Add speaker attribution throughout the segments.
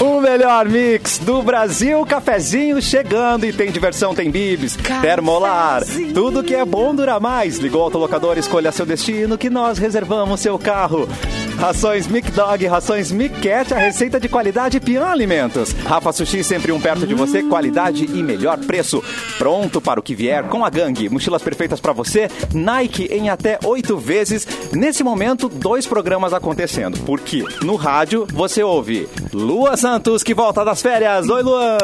Speaker 1: O melhor mix do Brasil, cafezinho chegando e tem diversão, tem bibis, termolar, tudo que é bom dura mais. Ligou o autolocador, escolha seu destino que nós reservamos seu carro. Rações Mic Dog, rações Mic Cat, a receita de qualidade Pian Alimentos. Rafa Sushi, sempre um perto de você, qualidade e melhor preço. Pronto para o que vier com a gangue. Mochilas perfeitas para você, Nike em até oito vezes. Nesse momento, dois programas acontecendo. Porque no rádio você ouve Lua Santos, que volta das férias. Oi, Luan!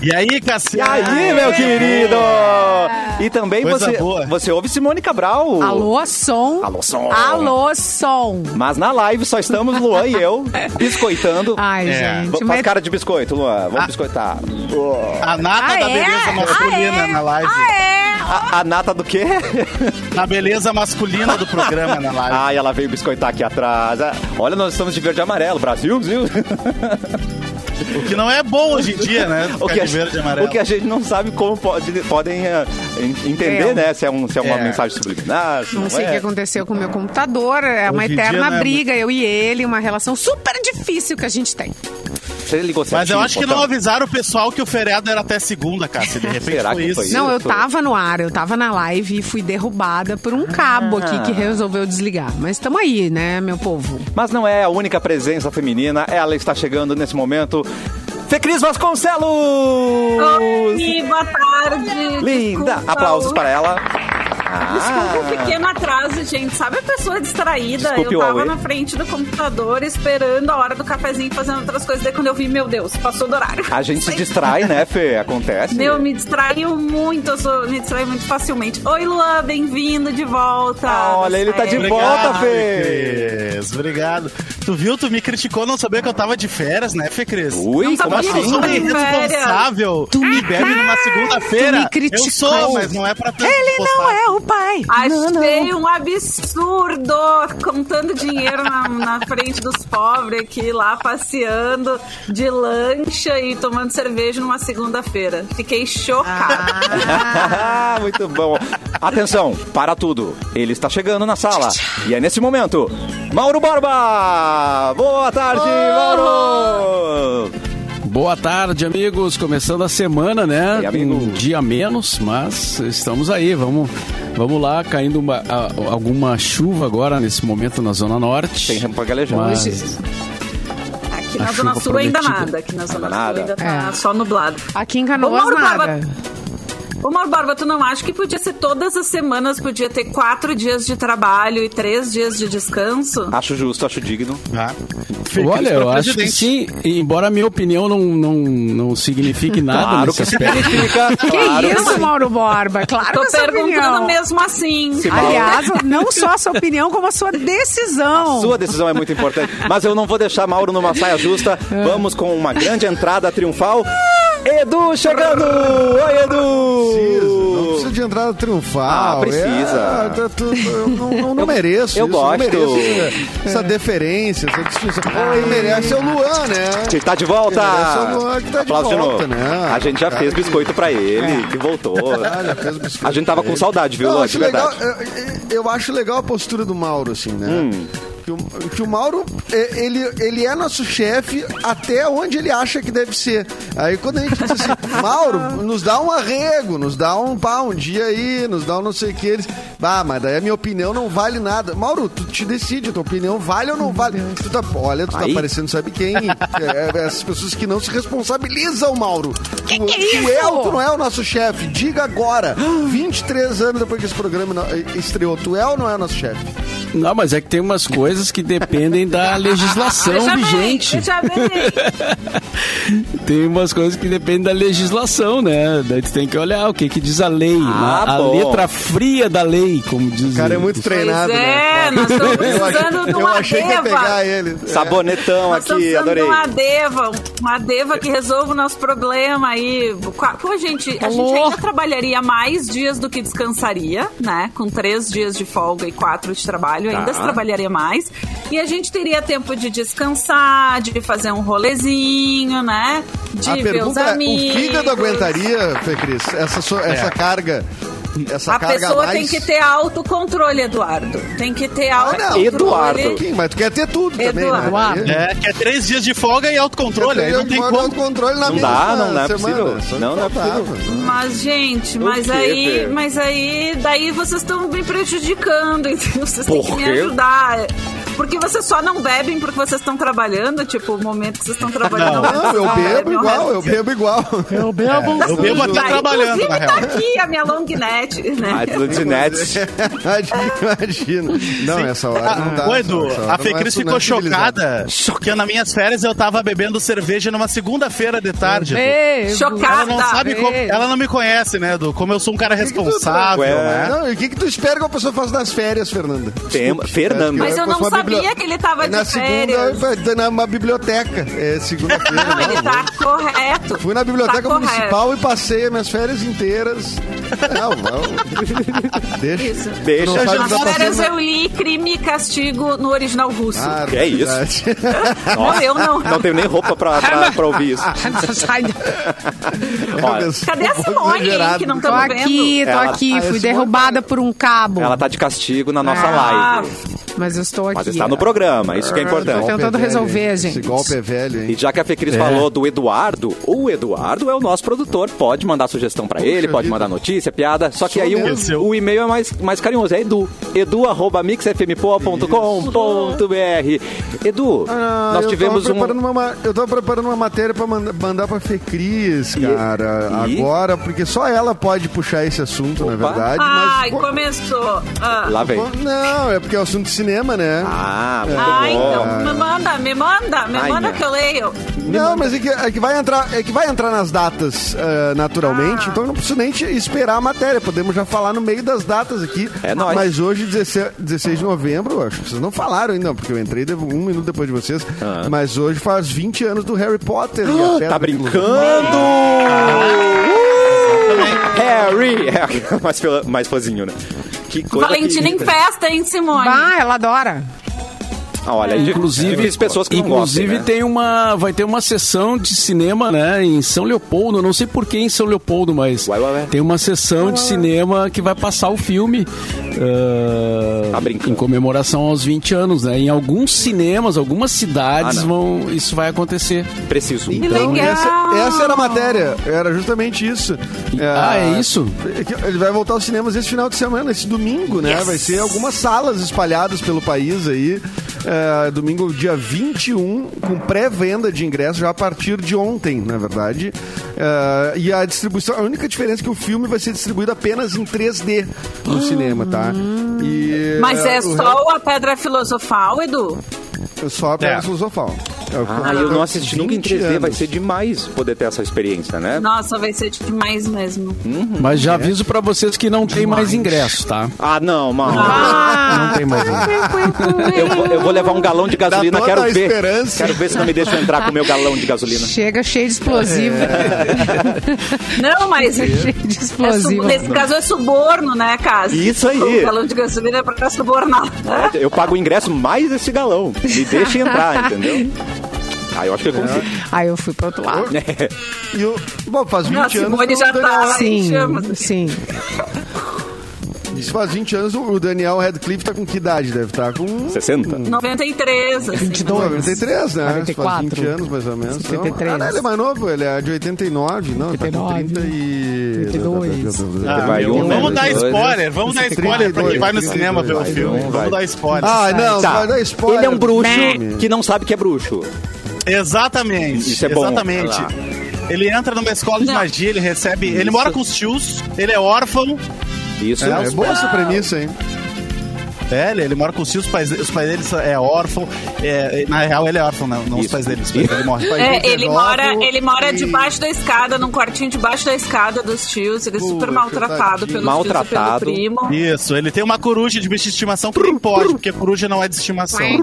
Speaker 2: E aí,
Speaker 1: E
Speaker 2: Cassiano?
Speaker 1: aí, meu querido? E também
Speaker 2: Coisa
Speaker 1: você,
Speaker 2: boa.
Speaker 1: você ouve Simone Cabral.
Speaker 3: Alô, som.
Speaker 1: Alô, som.
Speaker 3: Alô, som.
Speaker 1: Mas na live só estamos Luan e eu biscoitando.
Speaker 3: Ai,
Speaker 2: É.
Speaker 3: gente.
Speaker 1: Vamos- Faz
Speaker 3: mas-
Speaker 1: cara de biscoito, Luan. Vamos
Speaker 2: Ah.
Speaker 1: biscoitar.
Speaker 2: A nata da beleza masculina na live.
Speaker 3: é? Ah, é?
Speaker 1: A, a nata do quê?
Speaker 2: Na beleza masculina do programa na live.
Speaker 1: Ai, ela veio biscoitar aqui atrás. Ah, Olha, nós estamos de verde e amarelo. Brasil, Brasil.
Speaker 2: O que não é bom hoje em dia, né?
Speaker 1: O
Speaker 2: Ficar
Speaker 1: que, a,
Speaker 2: de verde e
Speaker 1: gente-
Speaker 2: amarelo.
Speaker 1: o que é a gente não sabe como pode, podem eh, en- entender,
Speaker 3: É.
Speaker 1: né? Se é, um, se é uma
Speaker 2: É.
Speaker 1: mensagem subliminar. se
Speaker 3: Não sei o
Speaker 1: é.
Speaker 3: que aconteceu com o meu computador. É uma
Speaker 2: Hoje em
Speaker 3: eterna
Speaker 2: dia, né,
Speaker 3: briga, eu e ele, uma relação super difícil que a gente tem.
Speaker 1: Você ligou
Speaker 2: Mas eu
Speaker 1: certinho,
Speaker 2: acho que não
Speaker 1: botão?
Speaker 2: avisaram o pessoal que o feriado era até segunda, Cássio. De repente
Speaker 1: Será
Speaker 2: foi
Speaker 1: que
Speaker 2: isso.
Speaker 1: foi
Speaker 3: Não, eu
Speaker 1: Isso.
Speaker 3: tava no ar, eu tava na live e fui derrubada por um cabo aqui
Speaker 2: Ah.
Speaker 3: que resolveu desligar. Mas estamos aí, né, meu povo?
Speaker 1: Mas não é a única presença feminina. Ela está chegando nesse momento. Fê Cris Vasconcelos!
Speaker 4: Oi, boa tarde.
Speaker 1: Linda!
Speaker 4: Desculpa
Speaker 1: Aplausos
Speaker 4: o-
Speaker 1: para ela.
Speaker 4: Desculpa o
Speaker 1: Ah.
Speaker 4: Um pequeno atraso, gente. Sabe a pessoa distraída?
Speaker 1: Desculpe o
Speaker 4: eu tava
Speaker 1: Huawei.
Speaker 4: na frente do computador esperando a hora do cafezinho fazendo outras coisas. Daí quando eu vi, meu Deus, passou do horário.
Speaker 1: A gente se distrai, né, Fê? Acontece.
Speaker 4: Meu, me distraiu muito, eu sou- me distraí muito facilmente. Oi, Luan, bem-vindo de volta.
Speaker 1: Ah, olha, ele tá de
Speaker 4: É.
Speaker 1: Volta, Fê.
Speaker 2: Cris. Obrigado. Tu viu? Tu me criticou não saber que eu tava de férias, né, Fê Cris?
Speaker 1: Ui, como
Speaker 4: Não sabia
Speaker 2: Nossa, eu
Speaker 1: assim?
Speaker 2: sou
Speaker 4: disso.
Speaker 2: uma irresponsável.
Speaker 3: Tu me-
Speaker 2: me bebe numa
Speaker 3: Tu
Speaker 2: segunda-feira.
Speaker 3: me criticou.
Speaker 2: Eu sou, mas não é pra tanto
Speaker 3: Ele não
Speaker 2: postar.
Speaker 3: é o pai.
Speaker 4: Achei um absurdo contando dinheiro na, na frente dos pobres aqui, lá passeando de lancha e tomando cerveja numa segunda-feira. Fiquei chocada.
Speaker 1: Ah, Muito bom. Atenção, para tudo. Ele está chegando na sala. E é nesse momento. Mauro Borba! Boa tarde,
Speaker 3: Oh!
Speaker 1: Mauro!
Speaker 5: Boa tarde, amigos. Começando a semana, né?
Speaker 1: E aí, amigo?
Speaker 5: Um dia menos, mas estamos aí. Vamos, vamos lá, caindo uma- a- alguma chuva agora nesse momento na Zona Norte.
Speaker 1: Tem rampa galejando.
Speaker 5: Mas-
Speaker 4: Aqui na
Speaker 5: A
Speaker 4: Zona
Speaker 5: chuva
Speaker 4: Sul ainda
Speaker 5: prometida.
Speaker 4: nada. Aqui na Zona Sul
Speaker 1: Nada.
Speaker 4: ainda tá
Speaker 3: Ah. É.
Speaker 4: só nublado.
Speaker 3: Aqui em Canoas,
Speaker 4: Ô, Mauro,
Speaker 3: nada.
Speaker 4: Ô, Mauro Barba, tu não acha que podia ser todas as semanas, podia ter quatro dias de trabalho e três dias de descanso?
Speaker 1: Acho justo, acho digno.
Speaker 2: Ah. Fê Cris
Speaker 5: Olha,
Speaker 2: pra
Speaker 5: eu acho que
Speaker 2: presidente.
Speaker 5: sim, embora a minha opinião não, não, não signifique
Speaker 3: Ah,
Speaker 5: nada
Speaker 1: Claro
Speaker 5: nesse
Speaker 1: que
Speaker 5: aspecto.
Speaker 1: significa.
Speaker 3: Que
Speaker 1: claro
Speaker 3: isso, Mauro Borba? Claro
Speaker 4: Tô
Speaker 3: que é sua
Speaker 4: perguntando
Speaker 3: opinião.
Speaker 4: mesmo assim.
Speaker 3: Aliás, não só a sua opinião, como a sua decisão.
Speaker 1: Sua decisão é muito importante. Mas eu não vou deixar Mauro numa saia justa.
Speaker 4: É.
Speaker 1: Vamos com uma grande entrada triunfal. Edu chegando! Oi,
Speaker 6: precisa, não
Speaker 1: Edu!
Speaker 6: precisa de entrada triunfal.
Speaker 1: Ah, precisa.
Speaker 6: É, tá tudo- eu não, não- não mereço
Speaker 1: eu
Speaker 6: isso, não
Speaker 1: gosto.
Speaker 6: mereço né? essa- essa deferência, essa discussão. Quem merece é o Luan, né?
Speaker 1: Que tá de volta!
Speaker 6: Esse é o Luan que tá de
Speaker 1: Aplausos novo.
Speaker 6: volta, né?
Speaker 1: A gente já
Speaker 6: Cara
Speaker 1: fez
Speaker 6: que-
Speaker 1: biscoito pra ele, que voltou.
Speaker 6: Olha, fez o biscoito
Speaker 1: A gente tava
Speaker 6: pra
Speaker 1: com
Speaker 6: ele.
Speaker 1: saudade, viu,
Speaker 6: Não,
Speaker 1: Luan?
Speaker 6: acho
Speaker 1: De verdade.
Speaker 6: legal, eu- eu acho legal a postura do Mauro, assim, né?
Speaker 1: Hum.
Speaker 6: Que, o, que o Mauro, é, ele, ele é nosso chefe até onde ele acha que deve ser. Aí quando a gente diz assim, Mauro, nos dá um arrego, nos dá um pá, um dia aí, nos dá um não sei o que. Eles, bah, mas daí a minha opinião não vale nada. Mauro, tu te decide, a tua opinião vale ou não vale. Tu tá, olha, tu
Speaker 1: Aí.
Speaker 6: tá parecendo sabe quem. É, é, essas pessoas que não se responsabilizam, Mauro. tu,
Speaker 3: que é
Speaker 6: tu é
Speaker 3: isso?
Speaker 6: ou tu não é o nosso chefe? Diga agora. 23 anos depois que esse programa no- estreou, tu é ou não é o nosso chefe?
Speaker 5: Não, mas é que tem umas coisas que dependem da legislação
Speaker 4: Deixa bem,
Speaker 5: um vigente.
Speaker 4: deixa bem.
Speaker 5: Tem umas coisas que dependem da legislação, né? Daí tu tem que olhar o que, que diz a lei.
Speaker 1: Ah,
Speaker 5: né? A
Speaker 1: bom.
Speaker 5: letra fria da lei, como diz
Speaker 6: O cara é muito
Speaker 5: os-
Speaker 6: treinado,
Speaker 4: Pois
Speaker 6: né?
Speaker 4: é, nós estamos precisando de
Speaker 6: eu
Speaker 4: uma
Speaker 6: achei que ia
Speaker 4: deva.
Speaker 6: pegar ele.
Speaker 1: Sabonetão
Speaker 4: Nós estamos
Speaker 1: aqui,
Speaker 4: precisando de
Speaker 1: adorei.
Speaker 4: uma deva, uma deva que resolva o nosso problema aí. Pô, gente, a gente
Speaker 3: Alô?
Speaker 4: ainda trabalharia mais dias do que descansaria, né? Com três dias de folga e quatro de trabalho, ainda
Speaker 6: Tá.
Speaker 4: se trabalharia mais. E a gente teria tempo de descansar, de fazer um rolezinho, né? De
Speaker 6: A
Speaker 4: ver os
Speaker 6: pergunta é, o
Speaker 4: amigos. É.
Speaker 6: fígado aguentaria, Fê Cris, essa, so- essa carga? essa
Speaker 4: a
Speaker 6: carga
Speaker 4: pessoa
Speaker 6: a mais. Ah,
Speaker 4: tem que ter autocontrole, Eduardo. Tem que ter
Speaker 6: não.
Speaker 4: autocontrole.
Speaker 1: Eduardo.
Speaker 6: Sim, mas tu quer ter tudo
Speaker 3: Eduardo.
Speaker 6: também, né?
Speaker 2: É, que é três dias de folga e autocontrole. Aí
Speaker 6: Eu
Speaker 2: não tem como.
Speaker 6: controle na
Speaker 1: Não
Speaker 6: mesma
Speaker 1: dá, não, não é
Speaker 6: semana.
Speaker 1: possível.
Speaker 6: Só me
Speaker 1: Não, não é
Speaker 6: faltava.
Speaker 4: Mas, gente,
Speaker 1: O
Speaker 4: mas
Speaker 1: quê,
Speaker 4: aí.
Speaker 1: Fer?
Speaker 4: Mas aí. Daí vocês estão me prejudicando, entendeu? Vocês têm
Speaker 1: Por
Speaker 4: que me
Speaker 1: quê?
Speaker 4: ajudar. Porque vocês só não bebem porque vocês estão trabalhando, tipo, o momento que vocês estão trabalhando.
Speaker 6: Não, eu
Speaker 4: vocês
Speaker 6: bebo
Speaker 4: bebem o
Speaker 6: igual,
Speaker 4: resto.
Speaker 6: eu bebo igual.
Speaker 5: Eu
Speaker 1: É.
Speaker 5: bebo.
Speaker 2: Eu bebo até
Speaker 4: Tá,
Speaker 2: trabalhando, na
Speaker 4: Inclusive,
Speaker 2: real.
Speaker 4: tá aqui a minha longuinete,
Speaker 1: A
Speaker 4: né?
Speaker 1: Lundinetti.
Speaker 6: Imagina. Não, essa hora não dá.
Speaker 2: Ô,
Speaker 6: essa
Speaker 2: Edu,
Speaker 6: hora- essa hora
Speaker 2: a
Speaker 6: não é
Speaker 2: Fecris ficou
Speaker 6: civilizada.
Speaker 2: chocada porque nas minhas férias eu tava bebendo cerveja numa segunda-feira de tarde. Edu.
Speaker 3: Ei,
Speaker 4: Chocada.
Speaker 2: Ela não sabe como.
Speaker 3: Ei.
Speaker 2: Ela não me conhece, né, Edu? Como eu sou um cara
Speaker 6: que tu- tá
Speaker 2: responsável,
Speaker 1: Ué.
Speaker 2: né?
Speaker 6: Não, e o que, que tu espera que a pessoa faça nas férias, Fernanda?
Speaker 1: Tem- Fernanda.
Speaker 4: Mas eu não
Speaker 6: Foi a
Speaker 4: sabia
Speaker 6: biblio-
Speaker 4: que ele tava
Speaker 6: na
Speaker 4: de férias.
Speaker 6: Segunda, foi na uma biblioteca. É segunda-feira.
Speaker 4: Não, ele
Speaker 6: não.
Speaker 4: tá correto.
Speaker 6: Fui na biblioteca
Speaker 4: Tá correto.
Speaker 6: municipal e passei as minhas férias inteiras. Não, não. Deixa.
Speaker 4: Isso.
Speaker 1: Deixa
Speaker 6: Tu não
Speaker 1: a
Speaker 6: sabe
Speaker 1: gente-
Speaker 6: dar
Speaker 4: Nas
Speaker 6: pra
Speaker 4: férias
Speaker 6: cima.
Speaker 4: eu li crime e castigo no original russo.
Speaker 6: tá Ah, tá.
Speaker 1: Que é isso?
Speaker 6: verdade.
Speaker 4: não, eu não.
Speaker 1: Não tenho nem roupa pra, pra, pra ouvir isso.
Speaker 3: Sai da-
Speaker 1: Olha,
Speaker 4: Cadê a Simone, hein, que não tá
Speaker 3: Tô
Speaker 4: estamos vendo?
Speaker 3: aqui, tô
Speaker 1: Ela-
Speaker 3: aqui.
Speaker 6: Ah,
Speaker 3: Fui
Speaker 6: esse
Speaker 3: derrubada por um cabo.
Speaker 1: ela tá de castigo na nossa
Speaker 4: Ah,
Speaker 1: live.
Speaker 3: Mas eu estou aqui.
Speaker 1: Mas está no programa, isso que é
Speaker 3: Tô
Speaker 1: importante.
Speaker 3: tentando resolver, gente.
Speaker 6: Esse golpe é velho,
Speaker 1: E
Speaker 6: hein?
Speaker 1: já que a Fecris falou do Eduardo, o Eduardo é o nosso produtor. Pode mandar sugestão pra ele, pode
Speaker 6: vida.
Speaker 1: mandar notícia, piada. Só que aí o-
Speaker 2: mesmo.
Speaker 1: o, e-mail é mais, mais carinhoso. É edu. edu.mixfmpoa.com.br Edu,
Speaker 6: Ah,
Speaker 1: nós
Speaker 6: eu
Speaker 1: tivemos
Speaker 6: tava
Speaker 1: um...
Speaker 6: preparando uma... ma- Eu tava preparando uma matéria pra manda- mandar pra Fecris, cara,
Speaker 1: e?
Speaker 6: agora, porque só ela pode puxar esse assunto, na
Speaker 1: Opa.
Speaker 6: verdade.
Speaker 4: Ai,
Speaker 6: mas...
Speaker 4: começou. Ah.
Speaker 1: Lá vem.
Speaker 6: Não, é porque é o assunto de cinema, né?
Speaker 1: Ah, muito
Speaker 4: Ah,
Speaker 1: bom.
Speaker 4: então, me manda, me manda, me
Speaker 1: Ai,
Speaker 4: manda
Speaker 1: minha.
Speaker 4: que eu leio.
Speaker 6: Não, mas é que, é que vai entrar, é que vai entrar nas datas ah, naturalmente, então não preciso nem te esperar a matéria. Podemos já falar no meio das datas aqui.
Speaker 1: É nóis.
Speaker 6: Mas hoje, 16, 16 de novembro, eu acho que vocês não falaram ainda, porque eu entrei de- um minuto depois de vocês. Mas hoje faz 20 anos do Harry Potter. e
Speaker 1: Ah.
Speaker 6: a Pedra
Speaker 1: Tá
Speaker 6: Filosofal.
Speaker 1: brincando! Uh! Harry! É, mais, fila- mais fãzinho, né? Que coisa
Speaker 4: Valentina
Speaker 1: que...
Speaker 4: em festa, hein, Simone?
Speaker 3: Ah, ela adora.
Speaker 1: Ah, Olha, inclusive,
Speaker 5: Inclusive,
Speaker 1: pessoas que
Speaker 5: inclusive
Speaker 1: não gostam, né?
Speaker 5: tem uma, vai ter uma sessão de cinema, né, em São Leopoldo. Eu Não sei por que em São Leopoldo, mas
Speaker 1: Ué, ué, ué.
Speaker 5: tem uma sessão de cinema que vai passar o filme ah,
Speaker 1: Tá brincando.
Speaker 5: em comemoração aos 20 anos, né? Em alguns cinemas, algumas cidades
Speaker 1: Ah, não.
Speaker 5: vão, isso vai acontecer.
Speaker 1: Preciso.
Speaker 6: Então,
Speaker 4: legal!
Speaker 6: essa, essa era a matéria, era justamente isso. Eh,
Speaker 5: Ah, é isso?
Speaker 6: que Ele vai voltar aos cinemas esse final de semana, esse domingo, né? Vai ser algumas salas espalhadas pelo país aí. É, domingo, dia 21, com pré-venda de ingressos já a partir de ontem, na verdade. É, e a distribuição, a única diferença é que o filme vai ser distribuído apenas em 3D no cinema, tá? E,
Speaker 4: Mas é
Speaker 6: o-
Speaker 4: só a pedra filosofal, Edu?
Speaker 6: Só a pedra
Speaker 2: É.
Speaker 6: filosofal. É,
Speaker 1: Ah, eu não assisti nunca em 3D,
Speaker 6: 20
Speaker 1: vai
Speaker 6: anos.
Speaker 1: ser demais poder ter essa experiência, né?
Speaker 4: Nossa, vai ser demais mesmo.
Speaker 5: Mas
Speaker 1: É.
Speaker 5: já aviso pra vocês que não tem mais ingresso, tá?
Speaker 1: Ah, não, mano.
Speaker 5: Não tem mais ingresso.
Speaker 1: Eu, vou- eu vou levar um galão de gasolina,
Speaker 6: toda
Speaker 1: quero
Speaker 6: a
Speaker 1: ver.
Speaker 6: esperança.
Speaker 1: Quero ver se não me deixam entrar com o meu galão de gasolina.
Speaker 3: Chega cheio de explosivo.
Speaker 4: Não, mas.
Speaker 3: cheio de
Speaker 4: É su-
Speaker 3: explosivo.
Speaker 4: nesse caso é suborno, né, Cássio?
Speaker 1: Isso aí.
Speaker 4: O galão de gasolina é pra subornar.
Speaker 1: Eu pago o ingresso mais esse galão. Me deixem entrar, entendeu? Ah, eu acho que eu consigo. Ah,
Speaker 3: Aí eu fui pro outro lado.
Speaker 6: E o, bom, faz 20
Speaker 4: Não, a
Speaker 6: anos.
Speaker 4: Simone
Speaker 6: que o
Speaker 4: já
Speaker 6: Daniel-
Speaker 4: tá.
Speaker 1: assim.
Speaker 3: Sim,
Speaker 4: chama.
Speaker 3: sim.
Speaker 6: Isso faz 20 anos, o Daniel Radcliffe tá com que idade? Deve estar com
Speaker 1: 60?
Speaker 4: 93, assim.
Speaker 6: 93, né?
Speaker 3: 94.
Speaker 6: Faz 20 anos, mais ou menos. Então,
Speaker 3: 73.
Speaker 6: caralho, ele é mais novo, ele é de 89, não?
Speaker 3: 89.
Speaker 6: Tá com 30 e...
Speaker 3: 32.
Speaker 1: Ah,
Speaker 6: Ah,
Speaker 1: vai
Speaker 2: meu,
Speaker 1: um, né,
Speaker 2: vamos dar
Speaker 1: dois,
Speaker 2: spoiler, vamos dar spoiler pra quem vai no
Speaker 6: 32,
Speaker 2: cinema ver o
Speaker 6: 32,
Speaker 2: filme.
Speaker 1: vai.
Speaker 2: Vamos dar spoiler.
Speaker 6: Ah, não,
Speaker 1: Tá.
Speaker 6: vai dar spoiler.
Speaker 1: Ele
Speaker 6: Né?
Speaker 1: é um bruxo
Speaker 6: Filme.
Speaker 1: que não sabe que é bruxo.
Speaker 2: Exatamente.
Speaker 1: Isso é bom.
Speaker 2: Exatamente.
Speaker 1: Olha lá.
Speaker 2: Ele entra numa escola de
Speaker 4: Não.
Speaker 2: magia, ele recebe. Ele mora com os tios, ele é órfão.
Speaker 1: Isso
Speaker 6: É, é
Speaker 1: é,
Speaker 6: boa essa premissa, hein?
Speaker 2: É, ele, ele mora com os tios, os pais, os pais dele são- é órfão. É, na real, ele é órfão, não, não os
Speaker 1: Isso.
Speaker 2: pais dele. Os pais dele morrem.
Speaker 6: Vai
Speaker 4: É,
Speaker 6: ter
Speaker 4: ele
Speaker 6: novo
Speaker 4: mora, ele mora
Speaker 6: e-
Speaker 4: debaixo da escada, num quartinho debaixo da escada dos tios. Ele é
Speaker 6: Pô,
Speaker 4: super
Speaker 6: que
Speaker 4: maltratado
Speaker 6: tadinho.
Speaker 4: pelos
Speaker 1: Maltratado.
Speaker 4: tios e pelo primo.
Speaker 2: Isso, ele tem uma coruja de bicho de estimação que nem pode, porque coruja não é de estimação. né?